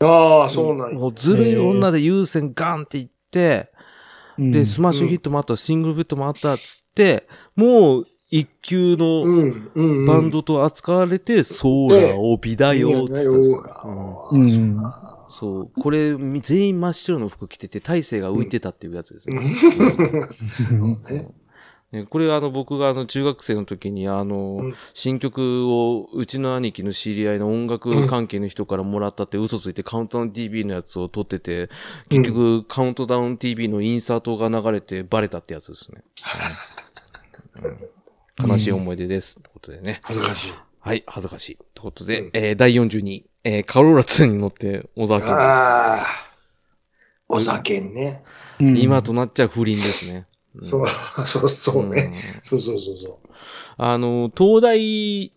S2: よ。
S1: ああ、そうなんや。
S2: もうずるい女で優先ガンっていって、
S3: うん
S2: で、スマッシュヒットもあった、シングルフットもあったっつって、もう一級の、
S1: うん、うん。
S2: バンドと扱われて、そうだ、オピだよ、っつったんですよ。うん
S1: よ。
S3: うん。
S2: そう。これ、み全員真っ白の服着てて、体勢が浮いてたっていうやつですね。
S1: うん
S3: うん
S2: うんね、これあの僕があの中学生の時にあの、
S1: うん
S2: 新曲をうちの兄貴の知り合いの音楽関係の人からもらったって嘘ついてカウントダウン TV のやつを撮ってて、
S1: うん
S2: 結局カウントダウン TV のインサートが流れてバレたってやつですね。うん悲しい思い出です。ってことでね。
S1: 恥ずかしい。
S2: はい、恥ずかしい。ってことで、
S1: うん
S2: えー、第42、えー、カローラ2に乗って小沢君です
S1: ああ。お酒ね。
S3: うん
S2: 今となっちゃ不倫ですね。ん
S1: そう、 そう、そうね。。
S2: ん
S1: そうそうそうそ
S2: あの、東大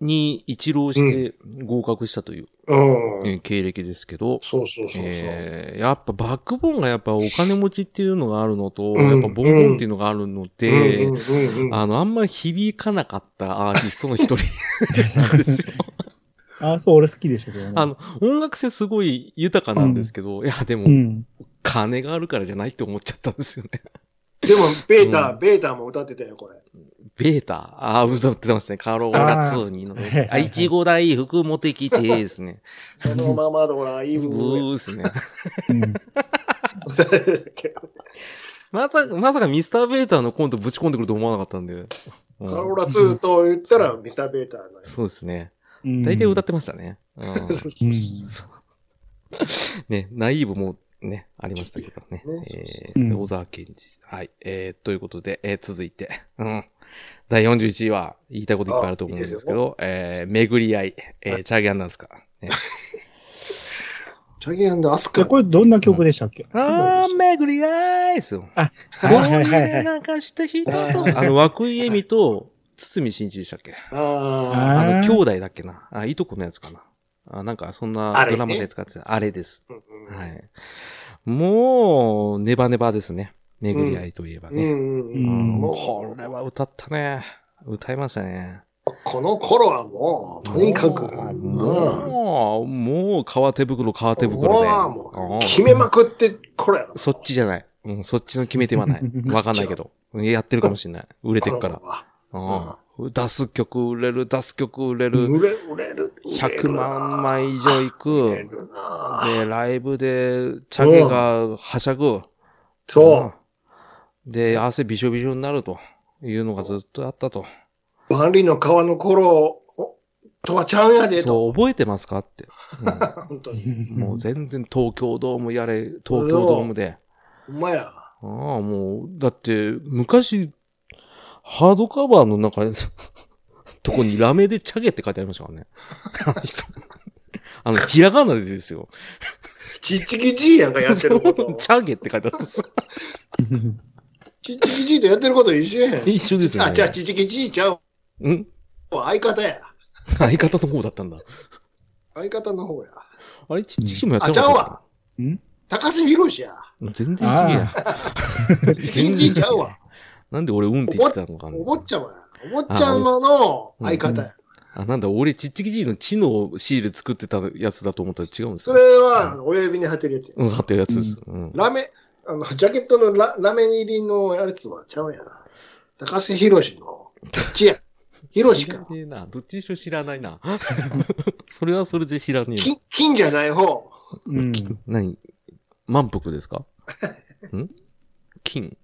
S2: に一浪して合格したという、
S1: う。う
S2: え
S1: ん。
S2: ー経歴ですけど、
S1: そうそうそうそう。
S2: えーやっぱバックボーンがやっぱお金持ちっていうのがあるのと、
S1: うん
S2: やっぱボンボンっていうのがあるので、
S1: うんうんうんうん
S2: あの、あんまり響かなかったアーティストの一人なんです よ。
S3: あ、そう、俺好きでしたけどね。
S2: あの、音楽性すごい豊かなんですけど、いや、でも、
S3: うん。
S2: 金があるからじゃないって思っちゃったんですよね。
S1: でも、ベータ、
S2: う
S1: ベータも歌ってたよ、これ。
S2: ベータああ、歌ってましたね。カローラ2にの
S3: あー
S2: あ、いちご大福持ってきてで すね。
S1: そのままのほら、イ
S2: ブ
S1: ブ。
S2: ーですね。
S3: うん
S2: まさか、まさかミスターベーターのコントぶち込んでくると思わなかったんで。うん
S1: カローラ2と言ったら、ミスターベーターの。
S2: そうですね。
S3: うん
S2: 大体歌ってましたね。 うん
S3: うん
S2: ね、ナイーブもね、ありましたけどね。え
S3: うん
S2: ー、で小沢健二。はい。えー、ということで、えー、続いて。うん。第41位は、言いたいこといっぱいあると思うんですけど、えー、巡り合い。えー、チャーギアンなんですか。ね
S1: チャギアンドアス
S3: いや
S1: カ。
S3: これどんな曲でしたっけ
S2: あ ー、巡り合いです よ。
S3: はいはいはい
S2: 恋
S3: はい。
S2: なんかした人と、あの、涌井絵美と、堤真一でしたっけ
S1: あ
S2: あ
S3: あ
S2: の、
S3: ー
S2: 兄弟だっけなあ、いとこのやつかなあ、なんか、そんな
S1: あれね
S2: ドラマで使ってた、あれです。
S1: あ。うんうん
S2: はい。もう、ネバネバですね。巡り合いといえば
S1: う
S2: ね。
S1: んうん
S2: う
S1: うん
S2: ん、
S1: もう
S2: これは歌ったね。歌いましたね。
S1: この頃はもう、とにかく、うん
S2: もう、もう、革手袋、革手袋で。
S1: もうも
S2: うん
S1: う、決めまくって、これやろ。
S2: そっちじゃない。うん、そっちの決め手はない。 わかんないけど。やってるかもしれない。売れてるから。うん、出す曲売れる、出す曲売れ
S1: この頃
S2: る。
S1: は売れ、売れる。
S2: 100万枚以
S1: 上
S2: 上い
S1: 売れ
S2: く。
S1: るな
S2: で、ライブで、チャゲがはしゃぐ。。
S1: そう
S2: で、汗びしょびしょになるというのがずっとあったと。
S1: う。万里の川の頃おとはちゃうんやで、と。
S2: そう、覚えてますかって。
S1: 本当に。
S2: うん もう全然東京ドームやれ、東京ドームで。
S1: ほんまや。
S2: ああ、もう、だって、昔、ハードカバーの中 で、とこにラメでチャゲって書いてありましたから ね。あの人あの、ひらがなでですよ。
S1: ちっちきじいやんかやってるこ
S2: そう
S1: と。
S2: チャゲって書いてあったんですよ。
S1: ちっちきじいとやってること一緒やん。
S2: 一緒ですよね。
S1: あ、じゃあちっちきじいちゃう。
S2: うん
S1: 相方や。
S2: 相方の方だったんだ。
S1: 相方の方や。
S2: あれ、父もやって
S1: あ、
S2: な
S1: ちゃ
S2: か
S1: う
S2: った
S1: わ。高瀬博士や。
S2: 全然違えや。
S1: ちっちきじいちゃうわ。
S2: なんで俺うんって言ってたのかな
S1: お坊ちゃまや。お坊ちゃまの相方や。
S2: あ、なんだ、俺、ちっちきじいの知のシール作ってたやつだと思ったら違うんです
S1: そ
S2: よ
S1: れ。は、あの親指に貼ってるやつや。
S2: うん、貼ってるやつです。うん。
S1: ラメ、あの、ジャケットのララメ入りのやつはちゃうやな。高瀬博士の、どっ ちや。博士か
S2: 知。らねえな。どっちにしろ知らないな。 それはそれで知らねえな。
S1: 金、金じゃない方。
S3: うん。
S2: 何満腹で すかん金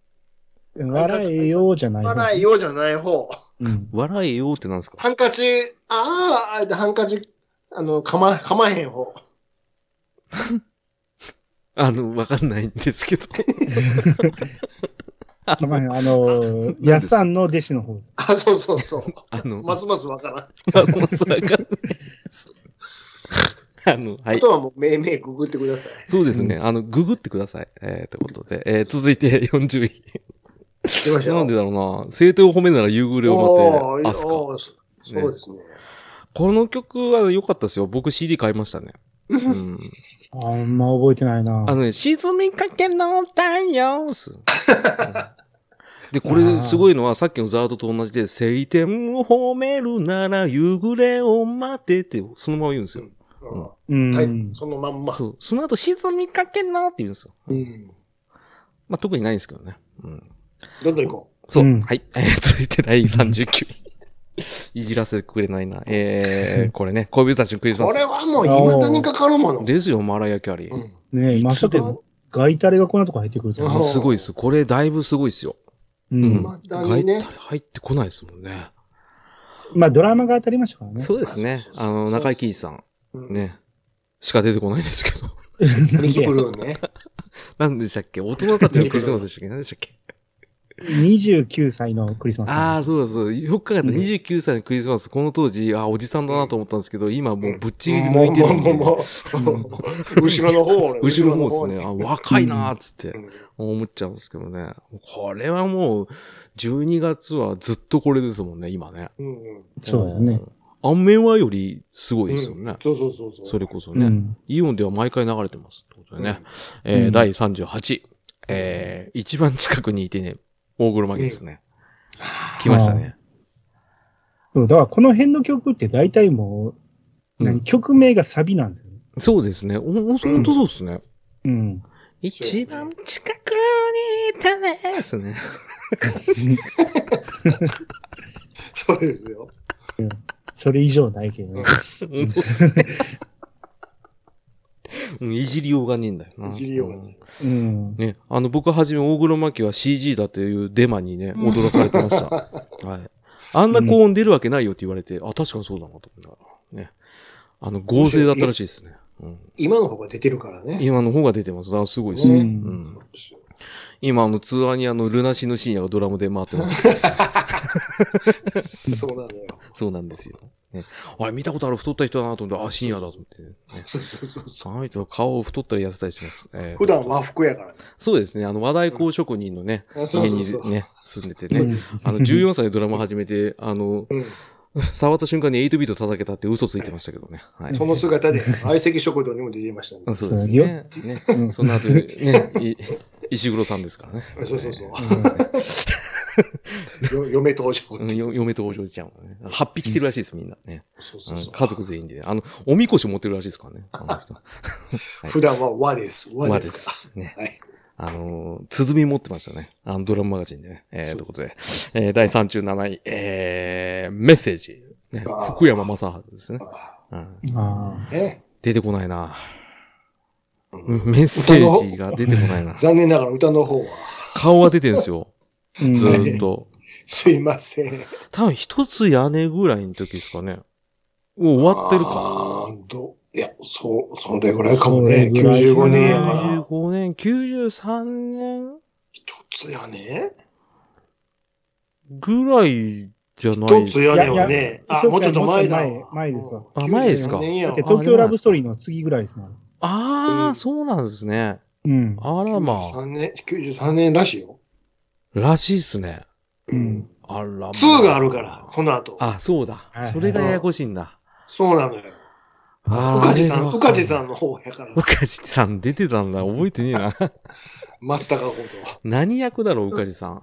S3: 笑えようじゃない。
S1: 笑いようじゃない方。
S3: うん。
S2: 笑えようってなんですか
S1: ハンカチ、ああ、あれでハンカチ、あの、かま、かまへん方。
S2: あの、わかんないんですけど。
S3: まあ、あの、やっさんの弟子の方。
S1: あ、そうそう そう。
S2: あの、
S1: ますますわからん。
S2: ますますわかんない です。あの、は
S1: あ
S2: い。
S1: とはもう、めいめいググってください。
S2: そうですね。あの、ググってください。えー、ということで。えー、続いて40位。
S1: 出ましたよ
S2: なんでだろうな。生徒を褒めなら夕暮れを
S1: お
S2: 待
S1: ー
S2: て、アスカ。
S1: おーそそうですね。
S2: この曲は良かったですよ。僕 CD 買いましたね。うん。
S3: あんま覚えてないな
S2: あ。のね、沈みかけの太陽っす。うんで、これすごいのはさっきのザードと同じで、晴天を褒めるなら夕暮れを待てって、そのまま言うんですよ。
S1: うん
S3: う
S1: はい
S3: ん。、
S1: そのまんま。
S2: そう。その後、沈みかけのって言うんですよ。
S1: うん。
S2: まあ、特にないんですけどね。うん。
S1: どんどん行こ
S2: そう。
S3: うん
S2: はい。えー 続いて第39位。い じらせてくれないな。えー、これね、恋人たちのクリ
S1: う。
S2: スマ
S1: こ
S2: ス
S1: れ。はもう、未だにかかるもの。
S2: ですよ、マライア・キャリー。
S1: うん
S3: ねえ、まさか、ガイタレがこんなとこ入ってくると
S1: あ
S3: は。
S2: すごいです。これだいぶすごいですよ。
S3: うん
S2: うん。
S1: まだ
S2: 入
S1: にね
S2: ったり入ってこないですもんね。
S3: まあ、ドラマが当たりましたからね。
S2: そうですね。あの、中井貴一さん、
S1: うん
S2: ね、しか出てこないですけど。
S1: ミキブルーね。
S2: 何でしたっけ大人たちのクリスマスでしたっけ何でしたっけ
S3: 29歳のクリスマス。
S2: ああ、そうだそうだ。よく考えたら29歳のクリスマス、この当時、あおじさんだなと思ったんですけど、今もうぶっちぎり
S1: も
S2: 抜
S1: う
S2: いてる
S1: もうんも
S2: で
S1: うもう後ろの方俺
S2: 後ろの方ですね。あ、若いなーっつって
S1: うん
S2: 思っちゃうんですけどね。これはもう、12月はずっとこれですもんね、今ね。
S1: うんうん
S3: そうですね。。
S2: アンメンはよりすごいですよね。
S1: そうそうそうそう。
S2: それこそうね。
S3: ん。
S2: イオンでは毎回流れてます。ってことでね。えー
S3: うん
S2: 第38。えー、一番近くにいてね、大黒摩季ですね。来ましたね。
S3: そうだから、この辺の曲って大体もう、
S2: うん
S3: 何曲名がサビなんですよね。
S2: そうですね。お、お、ほんとそうですね。
S3: うん。
S2: 一番近くにいたねですね。
S1: そうですよ。
S3: それ以上ないけどね。
S2: 本当っすね。 うんいじりようがねえんだよな。
S1: いじりようがね
S3: うん。
S2: ね、あの、僕はじめ大黒摩季は CG だというデマにね、踊らされて ました。はい。あんな高音出るわけないよって言われて、あ、確かにそうだなと思ったら。ね。あの、合成だったらしいですね。うん、
S1: 今の方が出てるからね。
S2: 今の方が出てます。だからすごいです
S3: う
S2: ね。
S3: ん
S2: うん。今、あの、ツアーにあの、ルナシーの深夜がドラムで回ってます。
S1: そうなのよ。
S2: そうなんですよ。ね、あれ見たことある太った人だなと思って、あ、深夜だと思って、ね。
S1: そうそうそうそ
S2: あの人顔太ったり痩せたりしてます。え
S1: う。
S2: ー
S1: 普段和服やからね。
S2: そうですね。あの、和太鼓職人のね、
S1: あそう
S2: 家
S1: そう
S2: に
S1: そう。
S2: ね、住んでて
S3: う
S2: ね。
S3: ん
S2: あの、14歳でドラマ始めて、あの、
S1: うん
S2: 触った瞬間に8ビート叩けたって嘘ついてましたけどね。はい。
S1: その姿で、相席食堂にも出ていましたね。
S2: あそうですね。
S3: う
S2: ね。
S3: ん
S2: その後、ね、い石黒さんですからね。
S1: そうそうそう
S2: は
S1: よ嫁登場
S2: い。うんよ嫁とお嬢ちゃんはね。8匹来てるらしいです、みんなね。
S1: そう
S2: う
S1: そうんそう
S2: 家族全員でね。あの、おみこし持ってるらしいですからね。あの人。はい
S1: 普段は和です。
S2: 和で。す。ね。
S1: はい
S2: あのー、鼓持ってましたね。あの、ドラママガジンでね。え
S1: そ
S2: ー、
S1: う
S2: ということで。えー、第37位、えー、メッセージ。ね
S1: あ、ー
S2: 福山雅治ですね、
S1: あ
S2: うん。
S3: あ
S1: ね
S2: 出てこないな。
S1: う
S2: うんんメッセージが出てこないな。
S1: 残念ながら歌の方は、
S2: 顔は出てるんで すよ。
S3: ーうん
S2: ずーっと。
S1: すいません。
S2: 多分一つ屋根ぐらいの時ですかね。もう終わってるか。
S1: あーどいや、そう、それぐらいかもね。
S3: それぐらいか
S1: 95
S3: な
S1: 年やから。
S2: 95年、93年
S1: 一つやね。
S2: ぐらいじゃな
S1: 一
S2: いで
S1: つ
S2: す
S1: や
S2: か。
S1: ねはね。あ、もうちょっと前だ。
S3: もうちょっと前前ですわ
S2: あ前ですか
S1: 94年や
S3: だっ
S1: わ
S3: て東京ラブストーリーの次ぐらいですもん。
S2: あ
S1: う
S2: あ、
S1: ん
S2: そうなんですね。
S3: うん。
S2: あらまあ、
S1: 93年、93年らしいよ。
S2: らしいっすね。
S3: うん。
S2: あらまあ。
S1: 2があるから、その後。
S2: あ、そうだ
S3: は。い
S2: それがややこしいんだ。
S1: そうなのよ。
S2: あ
S1: う
S2: ー
S1: かじさん、うかじ
S2: ん。
S1: さんの方やから
S2: う。かじさん出てたんだ。覚えてねえ な。
S1: 松高 子と。
S2: 何役だろう、うかじさん。う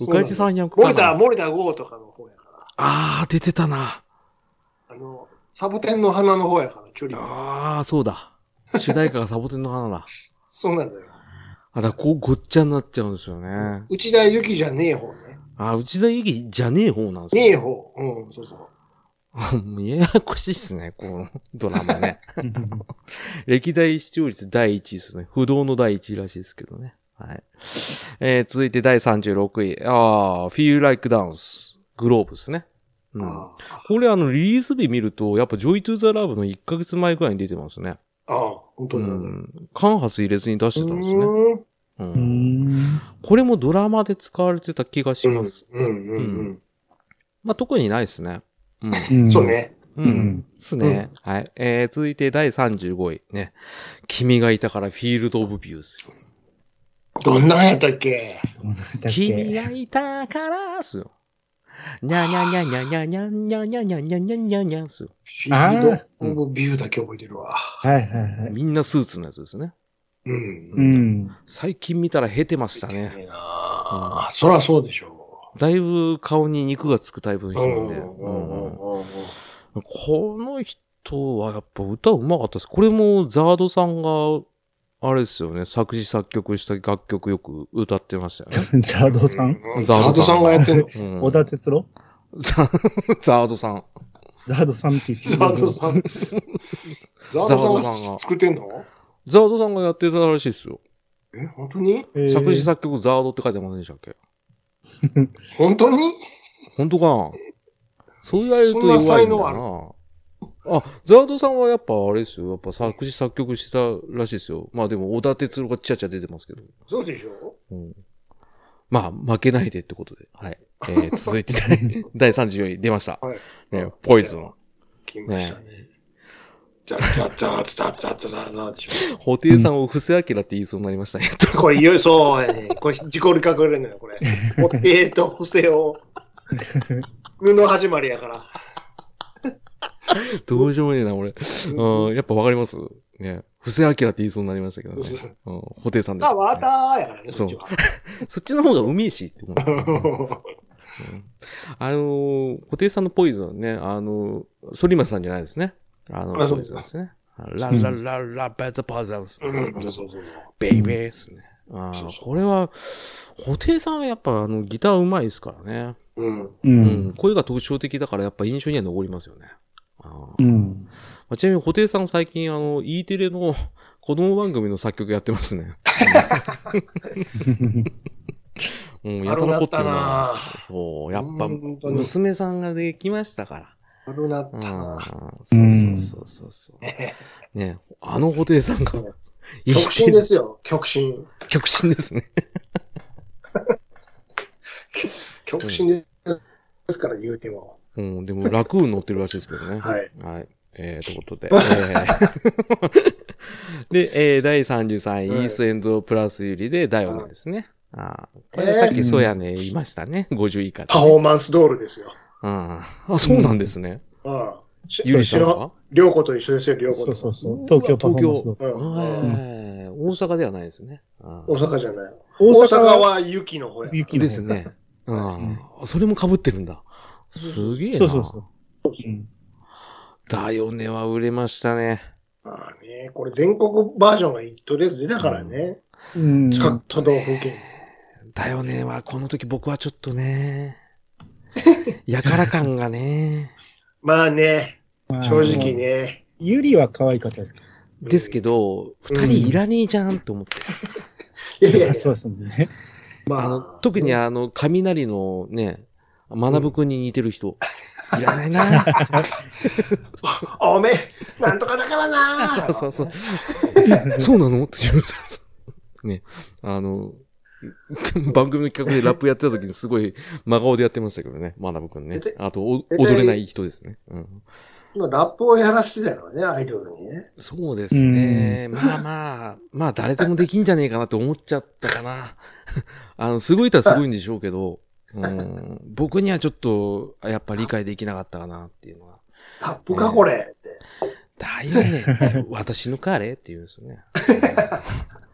S1: うな
S2: か
S1: の
S2: じさん役か
S1: 森田、
S2: な。
S1: 森田剛とかの方やか
S2: ああ、出てたな。
S1: ら。あの、サボテンの花の方やから、距離は。
S2: ああ、そうだ。主題歌がサボテンの花だ。
S1: そうなんだよ。
S2: あ、だからこう、ごっちゃになっちゃうんですよね。
S1: 内田有紀じゃねえ方ね。
S2: あー、内田有紀じゃねえ方なんですよ。
S1: ねえ方。うん、そうそう。
S2: も うややこしいっすね、このドラマね。歴代視聴率第1位ですね。不動の第1位らしいですけどね。はい。えー、続いて第36位。あー、Feel Like Dance。グローブですね。うん。
S1: あ
S2: これあの、リリース日見ると、やっぱ Joy to the Love の1ヶ月前くらいに出てますね。
S1: あ、本当
S2: う
S1: だ。
S2: ん。間髪入れずに出してたんですね。
S1: う
S2: う。
S3: うんん。
S2: これもドラマで使われてた気がし
S1: ーん
S2: ます。
S1: うんうんうんうん。
S2: まあ、特にないですね。うん。
S3: うん
S1: そう。ね。
S2: う
S3: うんん。
S2: ですね。はい。えー、続いて第35位。ね。君がいたからフィールドオブビューですよ。
S1: どんなんやったっけ
S3: どうなんだっ
S2: 君
S3: け
S2: がいたからっすよ。にゃにゃにゃにゃにゃにゃにゃにゃにゃにゃにゃにゃにゃっすよ。
S1: フィ
S3: あー
S1: ールド・オブ・ビューだけ覚えてるわ。
S3: はいはいはい。
S2: みんなスーツのやつですね。
S1: うん。
S3: う
S1: い
S3: ん。
S2: 最近見たら減ってましたね。
S1: いなあそらそうでしょ
S2: だいぶ顔に肉がつくタイプの
S1: う。
S2: 人なん
S1: うんうん
S2: で。
S1: うん
S2: うん
S1: うんうん
S2: この人はやっぱ歌うまかったです。これもザードさんが、あれですよね。作詞作曲した楽曲よく歌ってましたよね。
S3: ザードさん
S1: うん
S2: ザ
S1: ザー
S2: ードさん
S1: ドさんがやってんの。
S2: うん
S3: 小田哲郎
S2: ザザードさん。
S3: ザードさんって言っ
S1: ザ
S3: て
S1: ードさん。ザードさん
S2: ザードさんが
S1: が作ってんの
S2: ザードさんがやってたらしいですよ。
S1: え、本当に
S3: えー
S2: 作詞作曲ザードって書いてませんでしたっけ
S1: 本当に
S2: 本当かなそう言われると弱いん
S1: そんな才能
S2: だな。あ、ザードさんはやっぱあれですよ。やっぱ作詞作曲してたらしいですよ。まあでも、小田哲郎がちゃちゃ出てますけど。
S1: そうでしょ
S2: うん、まあ、負けないでってことで。はい。え ー、続いて第第34位出ました。
S1: はい
S2: ね、ポイズン。
S1: 来ましたね。じゃじゃじゃじゃじゃじゃじゃじゃでしょ。
S2: 布袋さんを布施明って言いそうになりま したね。
S1: これ、いよいよそうやね。これ、事故に隠れるのよ、これ。おえーと、不正を。の始まりや から。
S2: どうしようもねえな、俺。うん、やっぱわかりますね。布施明って言いそうになりましたけどね。うん、布袋さんです、
S1: あ、わた
S2: ね
S1: ーやからね、
S2: そう
S1: こっち
S2: そっちの方がうめえしって思う。
S1: は。
S2: うんあのー、布袋さんのポイズンね、あのー、ソリマさんじゃないですね。あの、
S1: あそう
S2: ポイ
S1: です
S2: ズンですね。ララララベッドパザーズ。
S1: うん、そうそうそう。
S2: ベイベーですね。あ
S1: そう
S2: ー
S1: そう
S2: これは、布袋さんはやっぱあのギターうまいですからね。
S1: うん。
S3: う
S2: うんん。。声が特徴的だからやっぱ印象には残りますよね。あー
S3: うん。
S2: まあちなみに布袋さん最近あの、E テレの子供番組の作曲やってますね。うん、やたら凝ってる
S1: あるな。っ
S2: な
S1: たな
S2: そう、やっぱ
S1: 本当に
S2: 娘さんができましたから。
S1: 悪なった
S2: うん
S1: な。
S2: そうそうそうそうそう。
S1: ね
S2: ね、あの布袋さんが
S1: うん、
S2: 生
S1: 極
S2: きて
S1: 真
S2: る
S1: ですよ、極真。
S2: 極真ですね。
S1: 極真ですから、言うても。
S2: うん、でも、楽運乗ってるらしいですけどね。
S1: はい。
S2: はい。えー、というこ とで。えー で、えー、第33位、
S1: はい
S2: イースエンドプラスユリで第4位ですね。あーこれ
S1: えー
S2: さっきそうやね、言いましたね。50以下で、
S1: パフォーマンスドールですよ。
S2: うん。あ、そうなんですね。
S1: ああ。し
S2: ゆりさんは
S1: 涼子と一緒ですよ、涼子
S3: そうそ
S1: と。
S3: うそう。東京パフォーマンスの。
S1: う
S2: あ
S1: ん
S2: ー大阪ではないですね。あー
S1: 大阪じゃない。
S3: 大
S1: 大
S3: 阪
S1: 阪
S3: は
S1: は雪の方や。
S3: 雪
S2: ですね。うん。それも被ってるんだ。すげえな。
S3: そうそうそう。うん
S2: だよねは売れましたね。
S1: まあね、これ全国バージョンがとりあえず出たからね。
S3: うん。
S1: 各都道府県。
S2: だよねは、この時僕はちょっとね、 やから感がね、
S1: まあね、正直。ね。
S3: ゆりは可愛かったですけ
S2: ですけど、二人いらねえじゃんと思って。
S1: いやいやい
S3: ど。
S1: や
S3: そうですね。
S1: ま
S2: あの、特にあの、雷のね、学ぶくんに似てる人、いらないな
S1: おめえ、なんとかだからな。
S2: そう そうそう。えそうなの って言われたんですね、あの、 番組の企画でラップやってた時にすごい真顔でやってましたけどね、学ぶくんね。あと、お踊れない人ですね。うん
S1: ラップをやらせてたよね、アイドルにね。
S2: そうですね。まあまあ、まあ誰でもできんじゃねえかなって思っちゃったかな。 あの、すごいとはすごいんでしょうけど、うん、僕にはちょっと、やっぱ理解できなかったかなっていうのは。
S1: ラップか、これ。
S2: だよね。私のカレーって言うんですよね。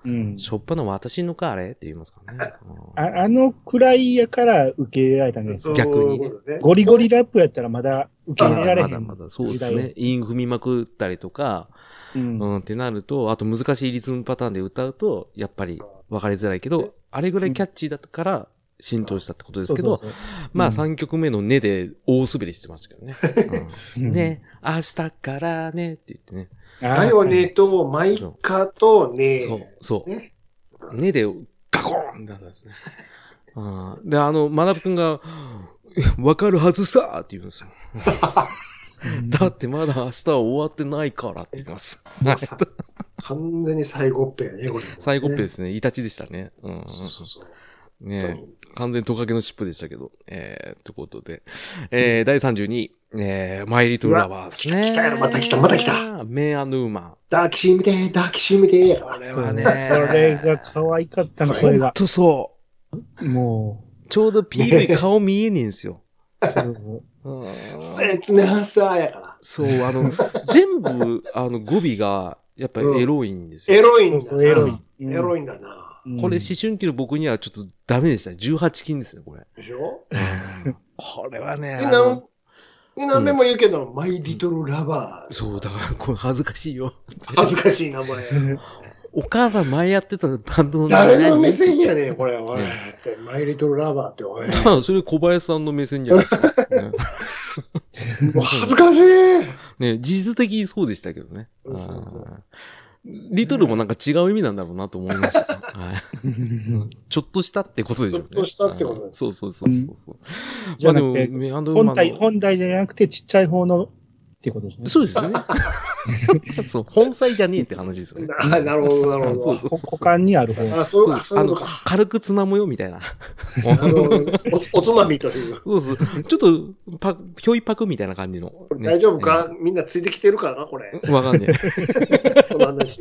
S3: うん
S2: しょっぱな私のカレーって言いますからね。うん
S3: ああのくらいやから受け入れられたんです
S1: そう
S3: よ。
S2: 逆にね
S1: いうことね
S3: ゴリゴリラップやったらまだ受け入れられ
S2: ま
S3: へん。
S2: だまだ、そうですね。韻踏みまくったりとか、
S3: うん
S2: うん、ってなると、あと難しいリズムパターンで歌うと、やっぱり分かりづらいけど、あれぐらいキャッチーだったから浸透したってことですけど
S3: そう、そうそう
S2: まあ
S3: うん
S2: 3曲目のねで大滑りしてましたけどね。うん
S3: うん
S2: ね、明日からねって言ってね。
S1: だよね。と、マイカとね。
S2: そう、そ
S1: ね
S2: う。ねでガコーンってなったんですね。あーで、あの、まなぶくんが、わかるはずさーって言うんですよ。だってまだ明日は終わってないからって言います。
S1: 完全に最後っぺやね、これ。。
S2: 最後っぺですすね。イタチでしたね。うんうん。
S1: そうそうそう。
S2: ねえ完全トカゲの尻尾でしたけど。えー、ということで。えー、第32位。えー、マイリトルラバーですね。
S1: うわ来たよまた来たまた来た。
S2: メンアンドウーマン。
S1: 抱きしめて、抱きしめて。
S2: これ
S3: そう
S2: はね。
S3: これが可愛かったの、声
S2: ほん
S3: が。
S2: とそ
S3: も
S2: う。ちょうど PV 顔見えねえんですよ。
S3: う、そう
S2: うん
S1: 切なさやから。
S2: そう、あの、全部、あの、語尾が、やっぱりエロいんですよ。
S1: エロいん
S3: そ
S1: だな。
S3: うそう、エロい。
S1: エロ
S3: い。
S1: いんだな。
S2: これ、
S3: うん
S2: 思春期の僕にはちょっとダメでしたね。18禁ですね、これ。
S1: でしょ
S2: これはね、
S1: で
S2: あ
S1: なん
S2: の、
S1: で何でも言うけど、マイリトルラバー。
S2: そう、だから、これ恥ずかしいよ。
S1: 恥ずかしい名前。
S2: お母さん前やってたバンドの
S1: 誰の
S2: 何
S1: 目線やねん、これ。おい
S2: ね
S1: マイリトルラバーって、おい。
S2: 多分それ小林さんの目線じゃないです か。ね
S1: もう恥ずかしい。
S2: ね、事実的にそうでしたけどね。
S1: うん
S2: あーリトルもなんか違う意味なんだろうなと思いま した。はい。ちょっとしたってことでしょうね。
S1: ちょっとしたってこと
S2: はいそうそうそうそうそう。
S3: じゃな
S2: で
S3: くて
S2: メアンドウーマ
S3: 本
S2: ン
S3: 体、
S2: の
S3: 本体じゃなくてちっちゃい方のってことですね。
S2: そうですよね。 そう、本妻じゃねえって話ですよね。
S1: あ なるほど、なるほ
S2: そう
S1: ど。
S2: そう
S3: こ
S2: そう
S3: 股間にある方。
S1: あ、そう
S2: そう
S1: あそうい
S2: あ
S1: うの
S2: の
S1: か。、
S2: 軽くつまむよ、みたいな。
S1: あのお おつまみという。
S2: そうそう。ちょっと、パ、ひょいパクみたいな感じの。ね
S1: 大丈夫か、みんなついてきてるからな、これ。
S2: ええわかん ねえ。
S1: この 話。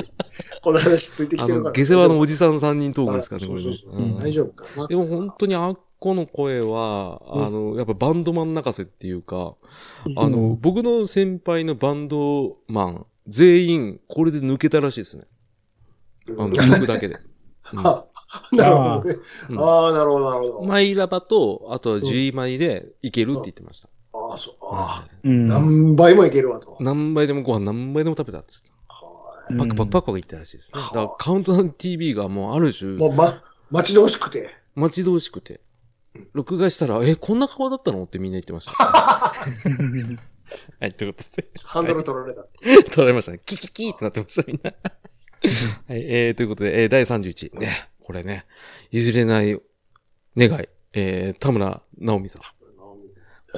S1: この話ついてき
S2: あ
S1: てるか
S2: の、
S1: ら。
S2: 下世話のおじさん3人トークですからね、こ
S1: そう
S2: れ
S1: そうそ
S2: ね。
S1: う
S2: うん
S1: 大丈夫かな。
S2: でも本当にあっこの声は、あの、やっぱバンドマン泣かせっていうか、あの、
S3: うん
S2: 僕の先輩のバンドマン、全員、これで抜けたらしいですね。あの、曲だけで。うん
S1: あ なるほどね。
S2: うん
S1: ああ、なるほど、なるほど。
S2: マイラバと、あとは G マイでいけるって言ってました。
S1: ああ、そう。ああ、
S3: うん
S1: 何倍もいけるわと。
S2: 何杯でもご飯何杯でも食べたっつって。
S1: は
S3: うん
S2: パクパクパクパク言ったらしいですね。
S1: は
S2: だ
S1: あ
S2: からカウントダウン TV がもうある
S1: い
S2: 種、
S1: もう、ま、待ち遠しくて。
S2: 待ち遠しくて、録画したら、え、こんな顔だったのってみんな言ってました。はい、ということで。
S1: ハンドル取られた。
S2: 取られましたね。キキキーってなってました、みんな。はい、えー、ということで、えー、第31。ね、これね、譲れない願い。えー、田村直美さん。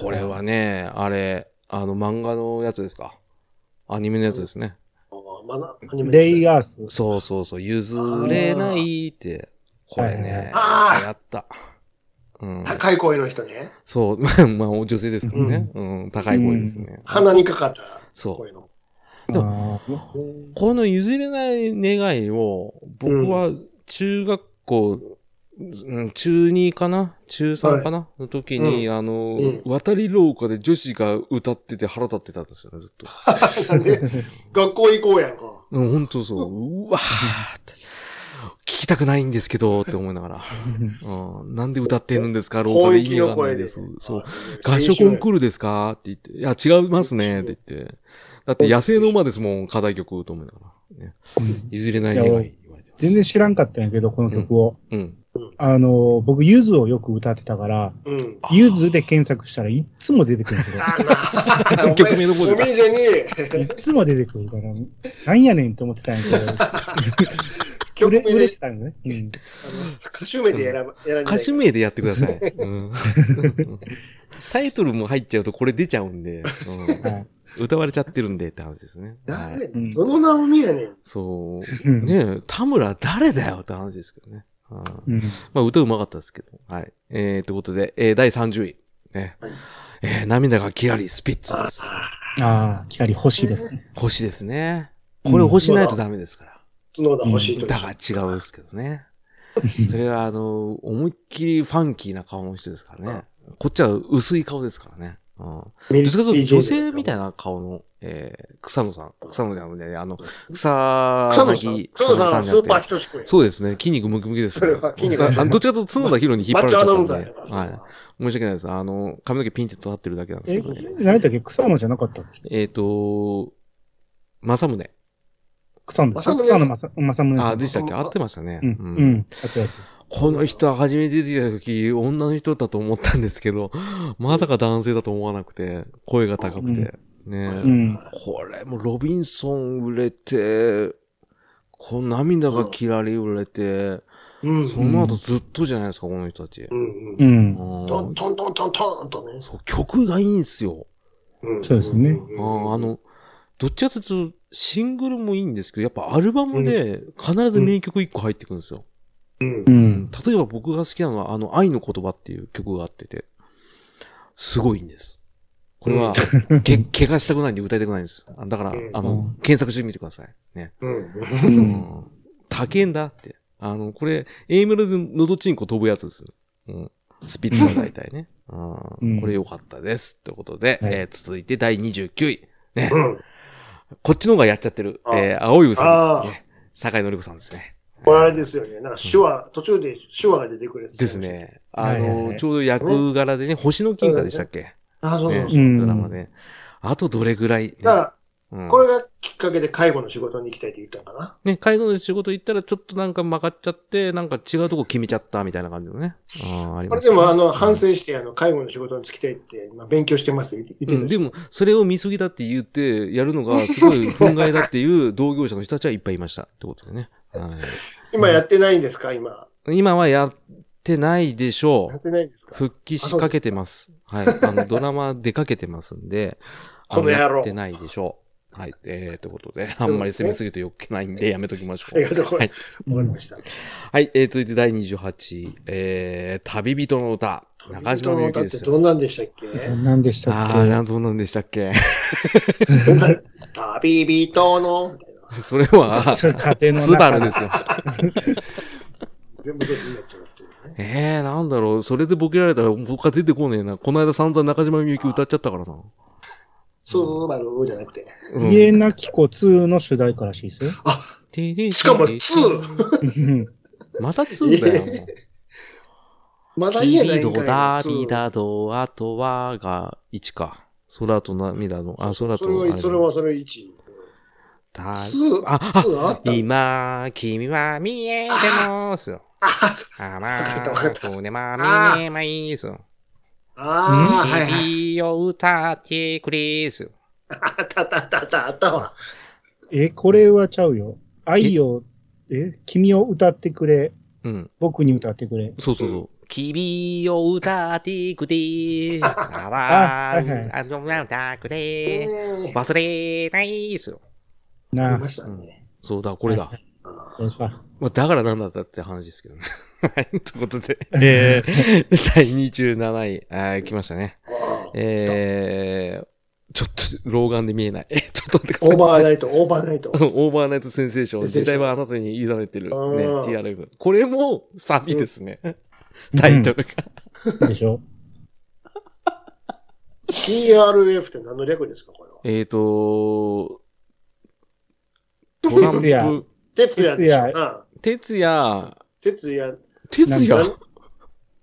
S2: これはね、あれ、あの、漫画のやつですか。アニメのやつですね。
S1: ああまだアニメ
S3: レイアース。
S2: そうそうそう、譲れないって。これね、
S1: あー
S2: 流行った。うん、
S1: 高い声の人ね。
S2: そう、 まあ、まあ、女性ですからね。うん、高い声ですね。
S1: 鼻にかかった
S2: そう。
S1: 声の。
S2: で
S3: あー
S2: この譲れない願いを、僕は中学校、うん中2かな中3かな、の時に、あの、
S1: うん
S2: 渡り廊下で女子が歌ってて腹立ってたんですよね、ずっと。
S1: なんで 学校行こうやんか。
S2: うん、本当そう。うわーって。聞きたくないんですけど、って思いながら。うん、なんで歌ってるんですか廊下
S1: 本
S2: で意
S1: 域
S2: 味
S1: の
S2: がな
S1: 声
S2: い
S1: で
S2: ですす。。
S1: そ
S2: そうう。。合唱コンクールですかって言って。いや、違いますね。って言って。だって野生の馬ですもん、課題曲と思いながら。ね、譲れない願い言われてます。
S3: 全然知らんかったんやけど、この曲を。
S2: うん。
S3: あの、僕、ゆずをよく歌ってたから、
S1: うん。
S3: ゆずで検索したらいっつも出てくるんですよ。
S1: あー な
S2: 曲名の声
S1: お
S2: で
S1: 店に
S3: いっつも出てくるから、なんやねんと思ってたん やけど、
S1: 曲
S3: 売れ
S1: 名
S3: 売れ
S1: で
S3: てたんよね。うん
S1: あの歌手名で選ば選んでない
S2: 歌手名でやってください。うん、タイトルも入っちゃうとこれ出ちゃうんで、うん
S3: はい
S2: 歌われちゃってるんでって話ですね。はい
S1: 誰
S3: うん
S1: どのナオミやねん。
S2: そう。
S3: うん
S2: ねえ、田村誰だよって話ですけどね。うん
S3: うん
S2: まあ歌うまかったですけど。はい。えー、ということで、えー、第30位。ね
S1: はい。
S2: えー、涙がキラリ、スピッツ
S1: あ
S2: です。
S1: あ、
S3: ああ、きなり星ですね。
S2: 星ですね。これ星ないとダメですから。
S1: 角田欲しいと。
S2: だが違うんですけどね。それは、あの、思いっきりファンキーな顔の人ですからね。こっちは薄い顔ですからね。うん。
S1: ミ
S2: どっ
S1: リ
S2: ちかというと女性みたい
S1: な。
S2: な顔の、えー、草野さん。草野じゃなくて、あの、草
S1: 草野さん
S2: 薙、
S1: 草野さん
S2: じ
S1: ス
S2: ゃな
S1: ーパー
S2: くて。
S1: 人志くんや。
S2: そうですね。筋肉ムキムキですから。
S1: それは筋肉
S2: ああのどっちかというと角田博に引っ
S1: マッ
S2: 張ら
S1: チ
S2: れ
S1: ョ
S2: ち
S1: アナ
S2: ゃ
S1: ウ
S2: っ
S1: ンサ
S2: たん
S1: ー
S2: で
S1: や。から。
S2: はい。申し訳ないです。あの、髪の毛ピンって立ってるだけなんです
S3: え
S2: けどね。、
S3: 何だっけ草野じゃなかったっけ
S2: えっ、と、正宗。
S3: 草野でしょ
S1: 正宗
S3: 草野正正宗さん。
S2: あ、でしたっけ合ってましたね。
S3: うん。うん。あとや
S2: この人は初めて出てきた時、女の人だと思ったんですけど、まさか男性だと思わなくて、声が高くて。ねえ、
S3: うん
S2: これもロビンソン売れて、こう涙がキラリ売れて、
S1: うん。うん
S2: その後ずっとじゃないですか、この人たち。
S1: うん
S3: う。ん。
S2: うん
S1: トントントントントンとね。
S2: そう曲がいいんですよ。
S1: うん
S3: そうですね
S2: あーあ、の、どっちかというと、シングルもいいんですけど、やっぱアルバムで必ず名曲1個入ってくるんです
S1: う
S2: よ。
S1: ん
S3: う
S2: うん
S3: ん。
S2: 例えば僕が好きなのは、あの、愛の言葉っていう曲があってて、すごいんです。これは、け、怪我したくないんで歌いたくないんです。あだから
S1: う、ん
S2: あ
S3: う
S2: の
S3: ん、
S2: 検索してみてください。ね。
S1: うん。
S2: う
S3: うん
S2: ん。高えんだって。あの、これ、A メロでのどちんこ飛ぶやつです。うん。スピッツの大体 ね。う。
S3: うんん
S2: これ良かったです。ということで、
S3: はい
S2: えー続いて第29位。ね。
S1: うん。
S2: こっちの方がやっちゃってる。
S1: あ
S2: えー、青いウさ
S1: あ
S2: ん。
S1: ー
S2: ね酒井のりこさんですね。
S1: これあれですよね。なんか手話、途中で手話が出てくるやつ。
S2: です。ね。あ
S3: はいはいは
S2: の、
S3: い
S2: ちょうど役柄でね、星の金貨でしたっけ
S1: あ、そうそうそう
S2: ね
S3: ん
S2: ドラマで。あとどれぐらいね
S1: だか
S2: う
S1: ら、
S2: ん
S1: これがきっかけで介護の仕事に行きたいって言ったのかな。
S2: ね、介護の仕事行ったらちょっとなんか曲がっちゃって、なんか違うとこ決めちゃったみたいな感じのね。ああ、あり
S1: これ
S2: ます
S1: で
S2: ね
S1: も、あの、反省して、あの、介護の仕事に就きたいって、今勉強してますって
S2: う
S1: 言って
S2: ん、
S1: たし
S2: でも、それを見過ぎだって言って、やるのがすごい憤慨だっていう同業者の人たちはいっぱいいました。ってことでね。は
S1: 今やってないんですか今。
S2: い、今はやってないでしょ
S1: や
S2: う
S1: っ。てないんですか
S2: 復帰しかけてます。はい。あの、ドラマ出かけてますんで、あ
S1: この野郎
S2: やってないでしょう。はい。えー、ということで、あんまり攻めすぎるとよくないんで、やめときましょう。
S1: ありがとうござ
S2: はいい。
S1: わかりました。
S2: はい。えー、続いて第28、えー、旅人の歌。中島みゆき
S1: だっ
S2: で
S1: て
S2: す
S1: ど
S2: よ。
S1: んなんでしたっけ
S3: 何でしたっ
S2: あ
S3: け
S2: ー、なんどうなんでしたっけ
S1: 旅人の、みたいな。
S2: それは、
S3: そう風の中
S2: スバルですよ。
S1: 全部そうになっちゃうっていうね。
S2: えー、なんだろう。それでボケられたら他出てこねえな。この間散々中島みゆき歌っちゃったからな。
S1: そうなるじゃなくて。
S2: うん
S3: 家なき子2の主題歌らしいですよ。
S1: あ、しかも2。
S2: また2だよ。もう
S1: まだ
S2: キ
S1: 言えな
S2: ビ
S1: いん
S2: ド
S1: かい
S2: ダ
S1: ツー
S2: ビダド、あとはが1か。空と涙の、あ、空
S1: それ
S2: とあれ
S1: は、それはそれ1。
S2: だ
S1: 2、
S2: あ、あ、
S1: 2あった
S2: 今、君は見えてますよ。
S1: あ、そう
S2: あ
S1: わ
S2: ま
S1: かったわかった
S2: こねま
S1: あー
S2: 見えますよ。
S1: あー、はいはい。
S2: 君を歌ってくれすよ。
S1: あったあったあったあったあったわ。
S3: え、これはちゃうよ。愛を、え、君を歌ってくれ。
S2: うん。
S3: 僕に歌ってくれ。
S2: そうそうそう。君を歌ってくれ。あ
S3: あはいはい
S2: ら、あの、歌ってくれ。
S1: え
S2: 忘れないですよ。
S1: ー、
S3: な
S1: 出
S3: あ
S1: ま、したね。
S2: そうだ、これだ。
S1: あ
S3: そうか。
S2: まあ、だからなんだったって話ですけどね。 はい。ということで、 えー、 第27位、あー来ましたね。
S1: ー
S2: えー、ちょっと、老眼で見えない。え ーちょっと待ってくだ
S1: オ
S2: さい。
S1: ーバーナイト、オーバーナイト
S2: あ。の オーバーナイトセンセーション、
S1: センセーション
S2: 時代はあなたに委ねてる、ね、
S1: あー
S2: TRF。これもサビですね。タイトルが。
S3: でしょ。
S1: TRF って何の略ですかこれは。
S2: えーと、トラン
S3: 哲也
S2: プ、
S1: 哲也ですよな。
S2: 哲也、
S1: 哲也。
S2: 哲
S3: なん
S1: だ
S2: 也、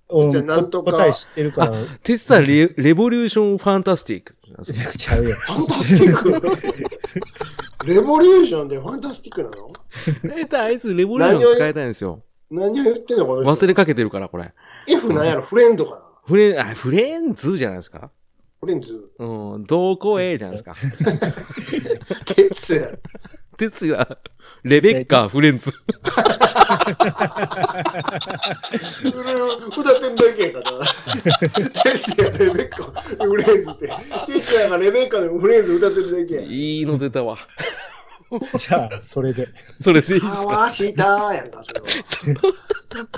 S3: う
S1: じゃあ
S3: ん、
S1: なん
S3: こと
S1: か
S3: 答え知ってるから、
S2: 哲也レレボリューションファンタスティック。
S3: ちゃうよ。
S1: ファンタスティック。レボリューションでファンタスティックなの
S2: 大体あいつレボリューション使いたいんですよ。
S1: 何を言ってんのこの人
S2: 忘れかけてるから、これ。
S1: F なんやろフレンドかな
S2: フレン、あ、フレンズじゃないですか
S1: フレンズ。
S2: うん、どこへじゃないですか。
S1: 哲也。
S2: 哲也、レベッカ、フレンズ。
S1: それを二手にだけやから。哲也、レベッカ、フレンズって。哲也がレベッカでフレンズ歌ってるだけや。
S2: いいの出たわ。
S3: じゃあ、それで。
S2: それでいいです
S1: か
S2: か
S1: わしたやんか、それは。
S2: そう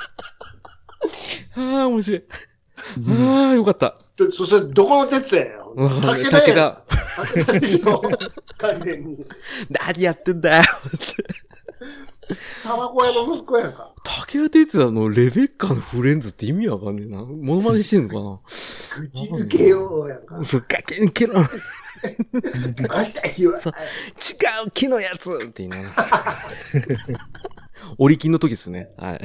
S2: ああ、面白い。ああ、よかった。
S1: でそそれ、どこの哲也や
S2: わかんない
S1: 田や
S2: 武田、
S1: 武田でしょ完全に。
S2: 何やってんだよ。
S1: タバコ屋の息子やんか。
S2: 武田哲也のレベッカのフレンズって意味わかんねえな。モノマネしてんのか
S1: 愚痴づけようやんか
S2: な。。そう、崖にけろ。違う
S1: 明日日は。
S2: そう木のやつって言いながら。折り金の時ですね。はい。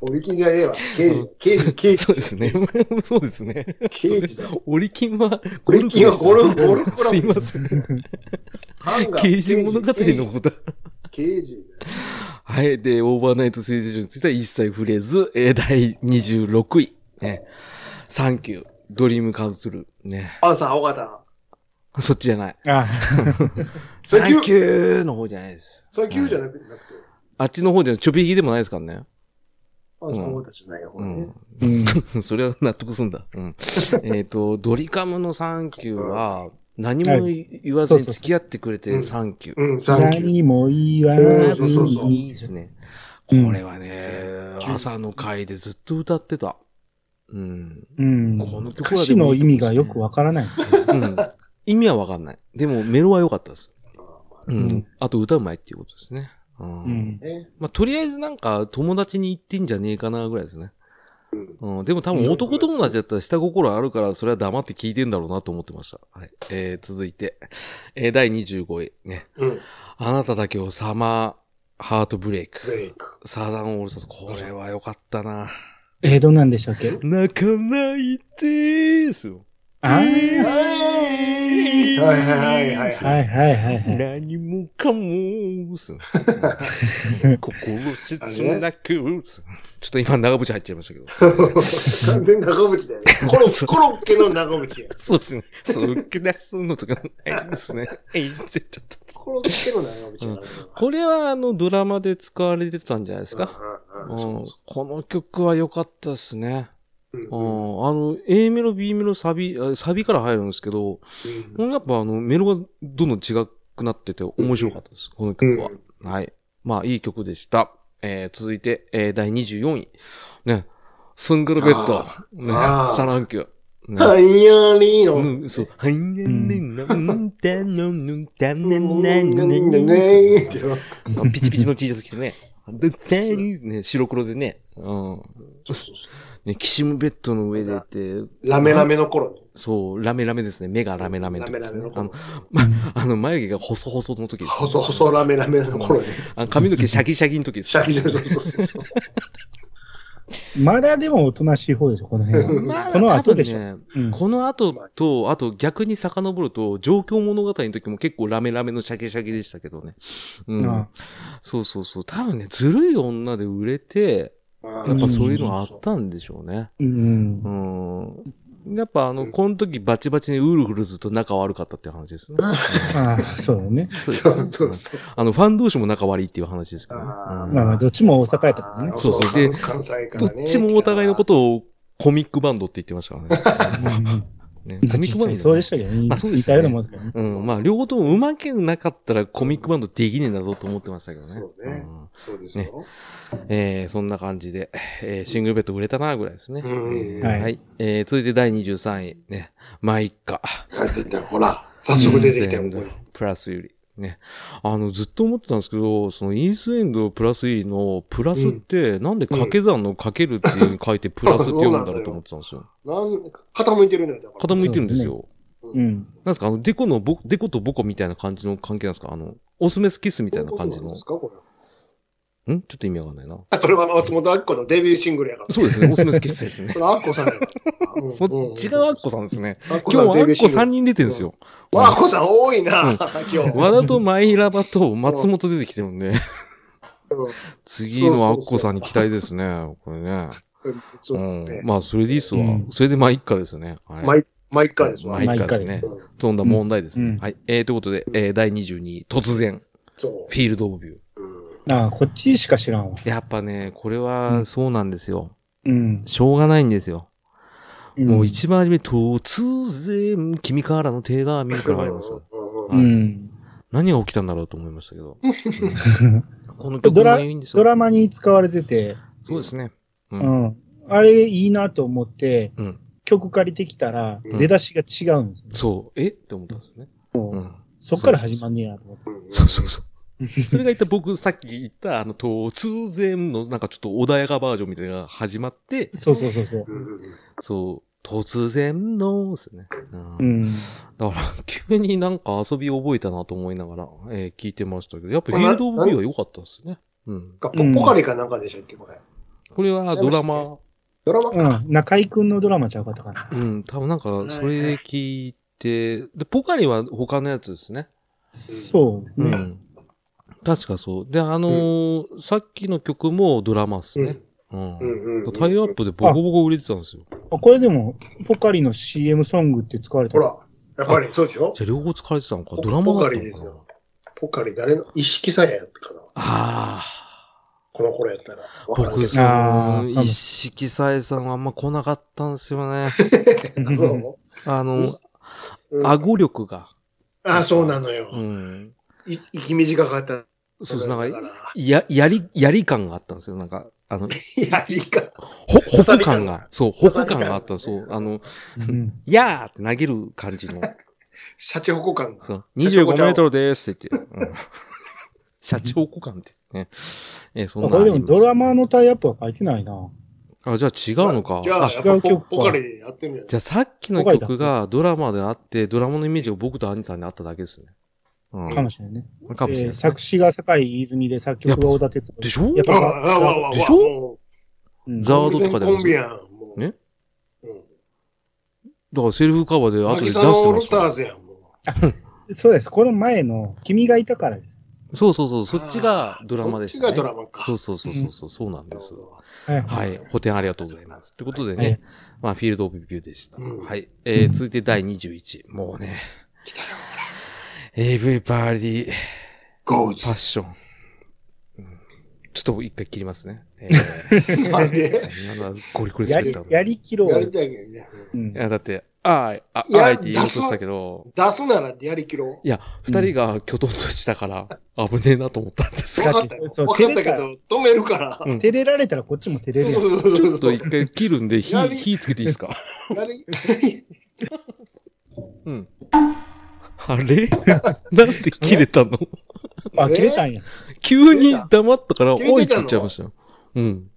S1: 俺金じゃねえわ。刑事、刑事、
S2: そうですね。そうですね。
S1: 刑事、刑事だ。
S2: 折り金はゴ
S1: 俺
S2: ルフで
S1: 金
S2: した
S1: はゴルフ、ゴルフクラブ。
S2: すいません。
S1: ハンガー。
S2: 刑事物語の
S1: 刑事
S2: こと。
S1: 刑事
S2: はい。で、オーバーナイトセージョンについては一切触れず、えー第26位。ね。サンキュー。ドリームカウントルー。ね。
S1: アンサー、尾形。
S2: そっちじゃない。
S3: あ
S2: サ
S1: サンキュー
S2: ンキューの方じゃないです。
S1: それ9じゃなくて、
S2: あっちの方じゃない。ちょびひぎでもないですからね。
S1: アンサー、尾形じゃないよ、こ
S2: う
S1: れね
S2: ん。
S3: うん。
S2: それは納得すんだ。うん。えっと、ドリカムのサンキューは、何も言わずに付き合ってくれ
S1: は
S2: て
S1: い
S2: サンキュー。
S1: うん、サンキュー。
S3: 何も言わ
S1: うん
S3: ず
S1: そうそうそう
S2: いい
S3: に
S2: で。すね。こ
S3: うん
S2: れはね、朝の会でずっと歌ってた。うん。
S3: うん。
S2: このとこ
S3: 歌
S2: ろはで
S3: 詞
S2: も
S3: の
S2: いい
S3: 意
S2: とこですね
S3: 味がよくわからないですね。
S2: うん。意味はわかんない。でも、メロは良かったです。う
S3: うんん。
S2: あと、歌うまいっていうことですね。うん。
S3: うん。
S1: ね
S2: まあ、とりあえずなんか、友達に言ってんじゃねえかな、ぐらいですね。うん。でも多
S1: うん
S2: 分、男友達だったら下心あるから、それは黙って聞いてんだろうなと思ってました。はい。えー、続いて。えー、第25位。ね。
S1: うん、
S2: あなただけをサマーハートブレイ
S1: ブレ
S2: ク。
S1: イク。
S2: サザンオールスターズ。これは良かったな。
S3: えー、どんなんでしたっけ
S2: 泣かないでーすよ。
S3: あ
S2: え
S3: ー
S2: ーー
S1: はいはいはいはい
S3: はいはいはいはい。
S2: 何もかも、 す心切なく、すちょっと今長渕入っちゃいましたけど。
S1: 完全に長渕だよね。コロコロッケの長渕や。
S2: そうですね。そう、下すのとか、あれです ね。えい、ちゃった。
S1: コロッケの長渕やな。
S2: これはあの、ドラマで使われてたんじゃないですか。
S1: うん
S2: う
S1: うんうん
S2: ん、この曲は良かったですね。
S1: うんうん
S2: うん、あの、A メロ、B メロ、サビ、あサビから入るんですけど、やっぱあの、メロがどんどん違くなってて面白かったです。この曲は。はい。まあ、いい曲でした。えー、続いて、えー、第24位。ね、スングルベッド。ね、
S1: あー
S2: サランキュー。ね
S1: は、いやりーの。
S2: うん、そう。はい、ね、ね、ね、うん、たの、うん、た
S1: ね
S2: ね、ね、
S1: ねね
S2: ね、
S1: ね
S2: ね、
S1: ってよ
S2: あピチピチの T シャツ着てね。で、ね、白黒でね。うん。ね、キシムベッドの上でって、
S1: ラメラメの頃ね。
S2: そう、ラメラメですね。目がラメラメの
S1: ラ
S2: 時
S1: メ
S2: で
S1: ラ
S2: す
S1: メ
S2: ね
S1: の。
S2: あの
S1: 頃、。
S2: あの眉毛が細々の時です。
S1: 細細ラメラメの頃ね。
S2: あの髪の毛シャキシャキの時です
S1: シ。ャキシャキそうそうそう
S3: まだでもおとなしい方でしょ、この辺は。
S2: まあ
S3: この後でしょ
S2: 多分ね
S3: うん
S2: この後と、あと逆に遡ると、状況物語の時も結構ラメラメのシャキシャキでしたけどね。う
S3: うん
S2: ん。そうそうそう。多分ね、ずるい女で売れて、やっぱそういうのあったんでしょうね。
S3: うん
S2: う。ん。やっぱあの、この時バチバチにウルフルズと仲悪かったっていう話ですね。
S3: ああ、そうだね。
S2: そうです
S1: そ
S2: ね。
S1: うそうそう
S2: あの、ファン同士も仲悪いっていう話ですけどね。
S1: あー
S2: うん
S3: まあまあ、どっちも大阪やったからね。
S2: そうそうで
S1: 関西か
S2: ど
S1: ら
S2: っ
S1: ね
S2: ちもお互いのことをコミックバンドって言ってましたからね。 ね
S3: うん
S2: コミック
S3: 実
S2: バンド、
S3: 際そうでしたけどね。
S2: あそうですよね
S3: 似たようなもんですからね。
S2: うん、まあ、両方ともうまくなかったらコミックバンドできねえんだぞと思ってましたけど
S1: そ
S2: ね。
S1: うねそうですよ。
S2: うんえーそんな感じで、えーシングルベッド売れたな、ぐらいですね。
S1: うん
S2: えーはい。えー続いて第23位。ね。まあ、いっか。
S1: 帰ってきたほら、早速出てきたよ。
S2: イーストエンドプラスより。ね。あの、ずっと思ってたんですけど、そのイーストエンドプラス入りのプラスって、なんで掛け算の掛けるっていうに書いてプラスって読むんだろうと思ってたんですよ。
S1: なん傾いてるのよ、だから。
S2: 傾いてるんですよ。
S3: うん。
S2: なんですかあの、デコのボ、デコとボコみたいな感じの関係なんですかあの、オスメスキスみたいな感じ
S1: どううんことなん
S2: の。ち
S1: ですかこれ
S2: ょっと意味わかんないな。
S1: あそれは松本明子のデビューシングルやから。
S2: そうですね、オスメスキスですね
S1: そ。れアッコさんやから。 うん
S2: そっちがアッコさんですね。
S1: アッコさん
S2: 今日はア
S1: デビュー
S2: ッコ
S1: シングル
S2: 3人出てるんですよ。
S1: わあ、こさん多いな、
S2: うん
S1: 今日。
S2: 和田とマイラバと松本出てきてるんで、 次のアッコさんに期待ですね、これね。
S1: うんそううですね
S2: ん。まあ、それでいいっすわ
S3: うん。
S2: それでまあ、一家ですね。はい
S1: 毎毎回ですわ。
S2: まあ、一家ですね
S3: 毎。
S1: うん
S2: そんな問題です
S3: う
S2: ね
S3: ん。
S2: はい。えー、ということで、えー、第22位、突然、
S1: そ
S2: フィールドオブビュー。
S1: う。うん
S3: ああ、こっちしか知らんわ。
S2: やっぱね、これ
S3: う
S2: は
S3: ん
S2: そうなんですよ。
S3: うん。
S2: しょうがないんですよ。
S3: ん
S2: もう一番初め、突然、君からの手紙から入ります。
S1: うんうんうん
S3: うん。
S2: 何が起きたんだろうと思いましたけど。うんこの曲
S3: ドラ
S2: がいいんですよ。
S3: ドラマに使われてて、
S2: そうですね。う。
S3: うんん。あれいいなと思って
S2: うん、
S3: 曲借りてきたら、
S1: うん
S3: 出だしが違うんですよ。
S2: そう。えって思ったんですよね。うん。
S3: そっから始まんねやと思って。
S2: そうそうそう。それが言った僕、さっき言った、あの、突然の、なんかちょっと穏やかバージョンみたいなのが始まって、
S3: そうそうそうそう。
S1: うんうんうん
S2: そう、突然の、ですね。
S3: う
S2: うん。
S3: ん。
S2: だから、急になんか遊び覚えたなと思いながら、えー聞いてましたけど、やっぱフィールドオブビューは良かったですね。うん。
S1: ポポカリかなんかでしたっけ、これ。
S2: これはドラマ、
S1: ドラマか。
S3: うん。中井くんのドラマちゃうかったかな。
S2: うん、多分なんか、それで聞いて、で、ポカリは他のやつですね。
S3: そうです
S2: う
S3: ね。
S2: ん。確かそう。で、あのーさっきの曲もドラマっすね。うん。
S1: うんうんうん
S2: タイアップでボコボコ売れてたんですよ。
S3: あこれでも、ポカリの CM ソングって使われた
S1: ほ。ら、やっぱりそうでしょ
S2: じゃあ両方疲れてたのか。
S1: ポ
S2: ドラマだ
S1: ポカ
S2: った
S1: リで
S2: の
S1: す
S2: かな
S1: よ。ポカリ誰の意識さえやったかな。
S2: あ
S1: この頃やったら。
S2: あ。
S1: わからんけ
S2: 僕、
S1: ど
S2: そ
S3: あ
S2: の、
S3: ー
S2: 一色さえさんはあんま来なかったんですよ ね。
S1: そ
S2: あの、
S1: う、うん
S2: 顎力が。
S1: あ、そうなのよ。
S2: うん。
S1: い息短かった。
S2: そうです。なん
S1: だ
S2: か、
S1: か
S2: や、やり、やり感があったんですよ。なんか、あの、
S1: らいや、いいか。
S2: ほ、
S1: 刺さり
S2: ほく
S1: 感
S2: 感
S1: が
S2: が。そう、ほく感があった。
S1: 刺さ
S2: そ
S1: り感
S2: う。あの、
S3: うん
S2: やーって投げる感じの。
S1: シャチホコ感が。
S2: そう。25メートルですって言って。うん 社長股間ってね。えそんな
S3: これでもドラマ
S2: の。
S3: のタイアップは書いてないな。
S2: あ、じゃあ違うのか。
S1: じゃあ、や
S2: あ
S1: っ
S3: 違
S1: ぱ
S3: う曲か
S1: ポポカリでやってるんじゃない
S2: じゃあさっきの曲がドラマであって、ドラマのイメージが僕とアニさんにあっただけですね。う
S3: か
S2: ん
S3: も。しれないね。
S2: かもしれない
S3: えー
S2: ですね
S3: 作詞が坂井泉で作曲が小田哲夫
S2: でしょ
S3: やっぱ
S1: ああああああ
S2: でしょ
S1: も
S3: うん
S1: う
S2: ザワードとかでも
S1: コンビやん。もう
S2: ね
S1: うん。
S2: だからセルフカバーで後
S1: マ
S2: で
S1: ギ
S2: 出して
S1: サのオー
S2: ま
S1: ル
S2: す
S1: スタ
S2: か
S1: ー
S2: ら。
S1: ズやん、もう。
S3: そうです。この前の、君がいたからです。
S2: そうそうそう、そっちがドラマでした、ね。
S1: そっちがドラマか
S2: そうそうそうそうそう、そうなんです。
S3: はい。
S2: はい。補填ありがとうございます。ってことでね、
S3: はい
S2: まあ、フィールドオブビューでした。
S1: うん
S2: はい。えー、続いて第21。もうね。AV パーリー、
S1: ゴー
S2: パ
S1: ズ。
S2: ッション。うんちょっと一回切りますね。 えー、
S1: あれ
S2: 今のはゴリゴリ
S3: や
S2: 滑っ
S3: り
S2: たの、
S3: やりきろ
S1: やり
S3: う。
S1: たいけどね。うん
S3: うん
S2: いや、だって、あーあ、
S1: いや
S2: あーいって言おうとしたけど、
S1: 出すならやりきろ
S2: いや、二人がきょとんとしたから、危ねえなと思ったんです
S1: う。
S2: が
S1: 分
S3: さ
S1: かっ
S3: っき
S1: たよ。
S3: そう
S1: 分かったけど、止めるから。
S2: うん
S3: 照れられたらこっちも照れるやん。
S2: ちょっと一回切るんで火
S1: や、り
S2: 火つけていいですか
S1: やり、
S2: うん。あれ なんで切れたの
S3: あ、切れたんや。
S2: 急に黙ったから、お
S1: 切れた
S2: いって言っちゃいましたよ。うん。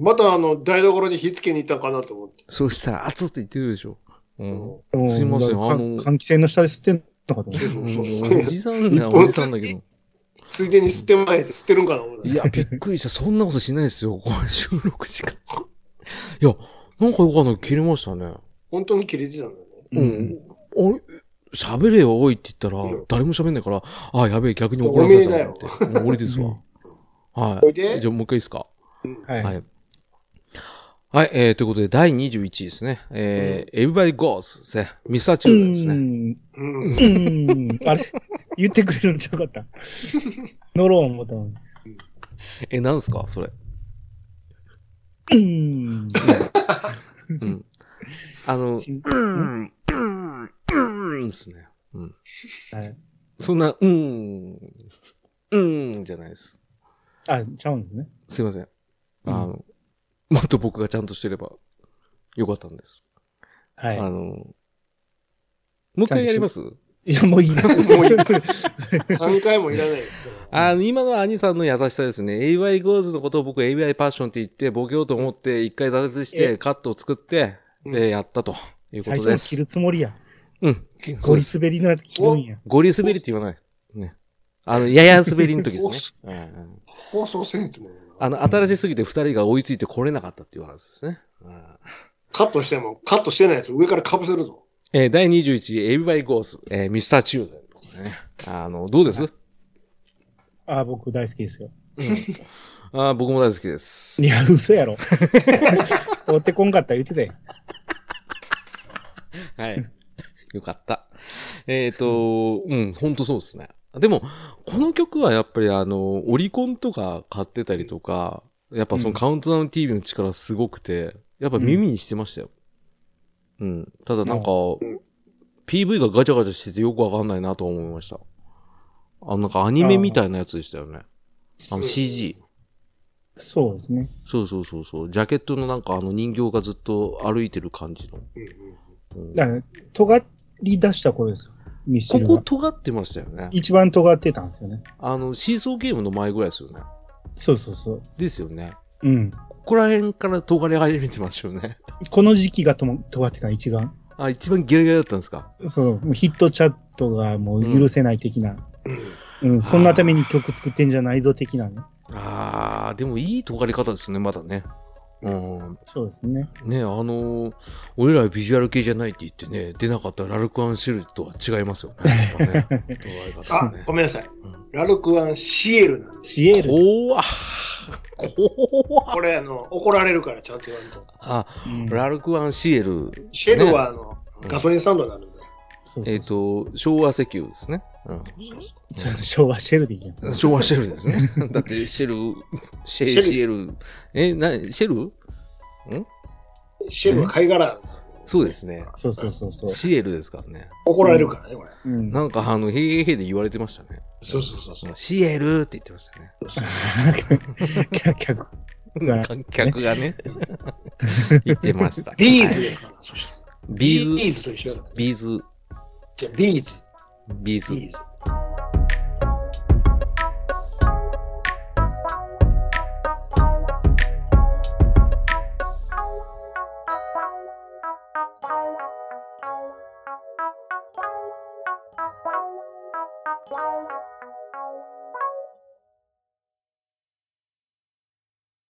S1: またあの、台所に火つけに行ったんかなと思って。
S2: そうしたら、熱って言ってるでしょ。うん。
S3: もう
S2: すいません
S3: だから
S2: あの
S3: 換気扇の下で吸ってんのかと思っ
S2: う
S1: そうん
S2: おじさん
S1: 一
S2: な、
S1: 本
S2: おじさんだけど。
S1: ついでに捨てまえて捨てるんかな思った
S2: いや、びっくりした。そんなことしないですよ。これ収録 時間。いや、なんかよくあの、切れましたね。
S1: 本当に切れてたんだね。
S3: う
S2: うんん。あれ喋れよ、おいって言った
S1: いい
S2: ら
S1: よ、
S2: 誰も喋んないから、あやべえ、逆に怒らせたと思って。もう俺ですわ。は
S1: おい
S2: い。
S1: で
S2: じゃあもう一回いいですか
S3: はい。
S2: はい。はい、えー、ということで、第21位ですね。えー、Everybody Goes ですね。ミサチューダです
S3: う
S2: ね。
S3: ん
S1: うん。
S3: うん。あれ言ってくれるんちゃうか った。乗ろう思ったのに
S2: え、なんすかそれ。
S3: うん。
S2: うん。あの、
S3: し
S2: うん、うん、うんですね。うん。
S3: はい
S2: そんな、うん、うん、じゃないです。
S3: あ、ちゃうんですね。
S2: すいません。あ
S3: うん
S2: の、もっと僕がちゃんとしてればよかったんです。
S3: は
S2: あ
S3: い。
S2: の、もう一回やります
S3: いや、もういいです。
S1: もういい3回もいらないですから。
S2: あの、今の兄さんの優しさですね。AY Goals のことを僕 AY パッションって言って、ボケようと思って、一回挫折して、カットを作って、
S1: うん
S2: で、やったというこ
S3: 最
S2: と
S3: 初
S2: で
S3: に
S2: す。
S3: 切るつもりや。
S2: うん。そ
S3: ゴ
S2: う
S3: リ
S2: です。
S3: 滑りのやつ切るんや。
S2: ゴリ滑りって言わない。ね。あの、やや滑りの時で すね。うんうん
S1: 放送センスも。
S2: あの、新しすぎて二人が追いついてこれなかったっていう話ですね。うん
S1: カットしても、カットしてないです。上から被せるぞ。
S2: えー第21位、エビバイゴース、えー、ミスターチューデンとかね。あの、どうです、
S3: あ、僕大好きですよ。
S2: うん、あー僕も大好きです
S3: い。や、嘘やろ。追ってこんかったら言ってたやん。
S2: はい。 よかった。えっ、と、うん、ほんとそうですね。でも、この曲はやっぱりあの、オリコンとか買ってたりとか、やっぱその
S3: うん
S2: カウントダウン TV の力すごくて、やっぱ耳にしてましたよ。うん。ただなんか、
S1: ん
S2: PV がガチャガチャしててよくわかんないなと思いました。あの、なんかアニメみたいなやつでしたよね。あの CG。
S3: そうですね。
S2: そうそうそうそう。ジャケットのなんかあの人形がずっと歩いてる感じの。
S1: うんうん。
S2: うん
S3: だから、尖り出した頃ですよ。ミスチ
S2: こ
S3: ル
S2: こ
S3: が。
S2: 尖ってましたよね。
S3: 一番尖ってたんですよね。
S2: あの、シーソーゲームの前ぐらいですよね。
S3: そうそうそう。
S2: ですよね。
S3: うん。
S2: ここら辺から尖り始めてますよね。
S3: この時期がとも尖ってた一番。
S2: あ、一番ギラギラだったんですか。
S3: そう、ヒットチャットがもう許せない的な。
S1: うん
S3: うん、そんなために曲作ってんじゃないぞ的なね。
S2: あー、でもいい尖り方ですね、まだね。うん。
S3: そうですね。
S2: ねあのー俺らはビジュアル系じゃないって言ってね、出なかったラルクアンシェルとは違いますよね。や っぱね尖り方
S1: あ
S2: ね、
S1: ご。めんなさい
S2: ん。
S1: ラルクアンシエルなんです。
S3: シエル。
S2: 怖っ。怖っ。
S1: これ、あの、怒られるからちゃんと言わんと。
S2: あ、
S3: うん
S2: ラルクアンシエル。
S1: シエルは、あの、ガソリンスタンドなので。
S3: そうそうそう
S2: えっ、と、昭和石油ですね。うん。
S3: 昭和シェルでいいやん。
S2: 昭和シェルですね。 だって、シェル、シェル、シ
S1: シ
S2: ェル、え、な、シェル
S1: シエルは貝殻なんで
S2: そうですね。
S3: そうそうそうそう。
S2: シエルですからね。
S1: 怒られるからね、これ。
S3: うん、
S2: なんか、あの、へいへいへいで言われてましたね。
S1: そうそうそうそう。
S2: シエルって言ってましたね。
S3: 客が
S2: 観客がね、言ってました。
S1: ビーズやから、そして。
S2: ビーズ、
S1: ズと一緒だから。
S2: ビーズ、
S1: じゃあビーズ。
S2: ビーズ
S1: ビー。ズ。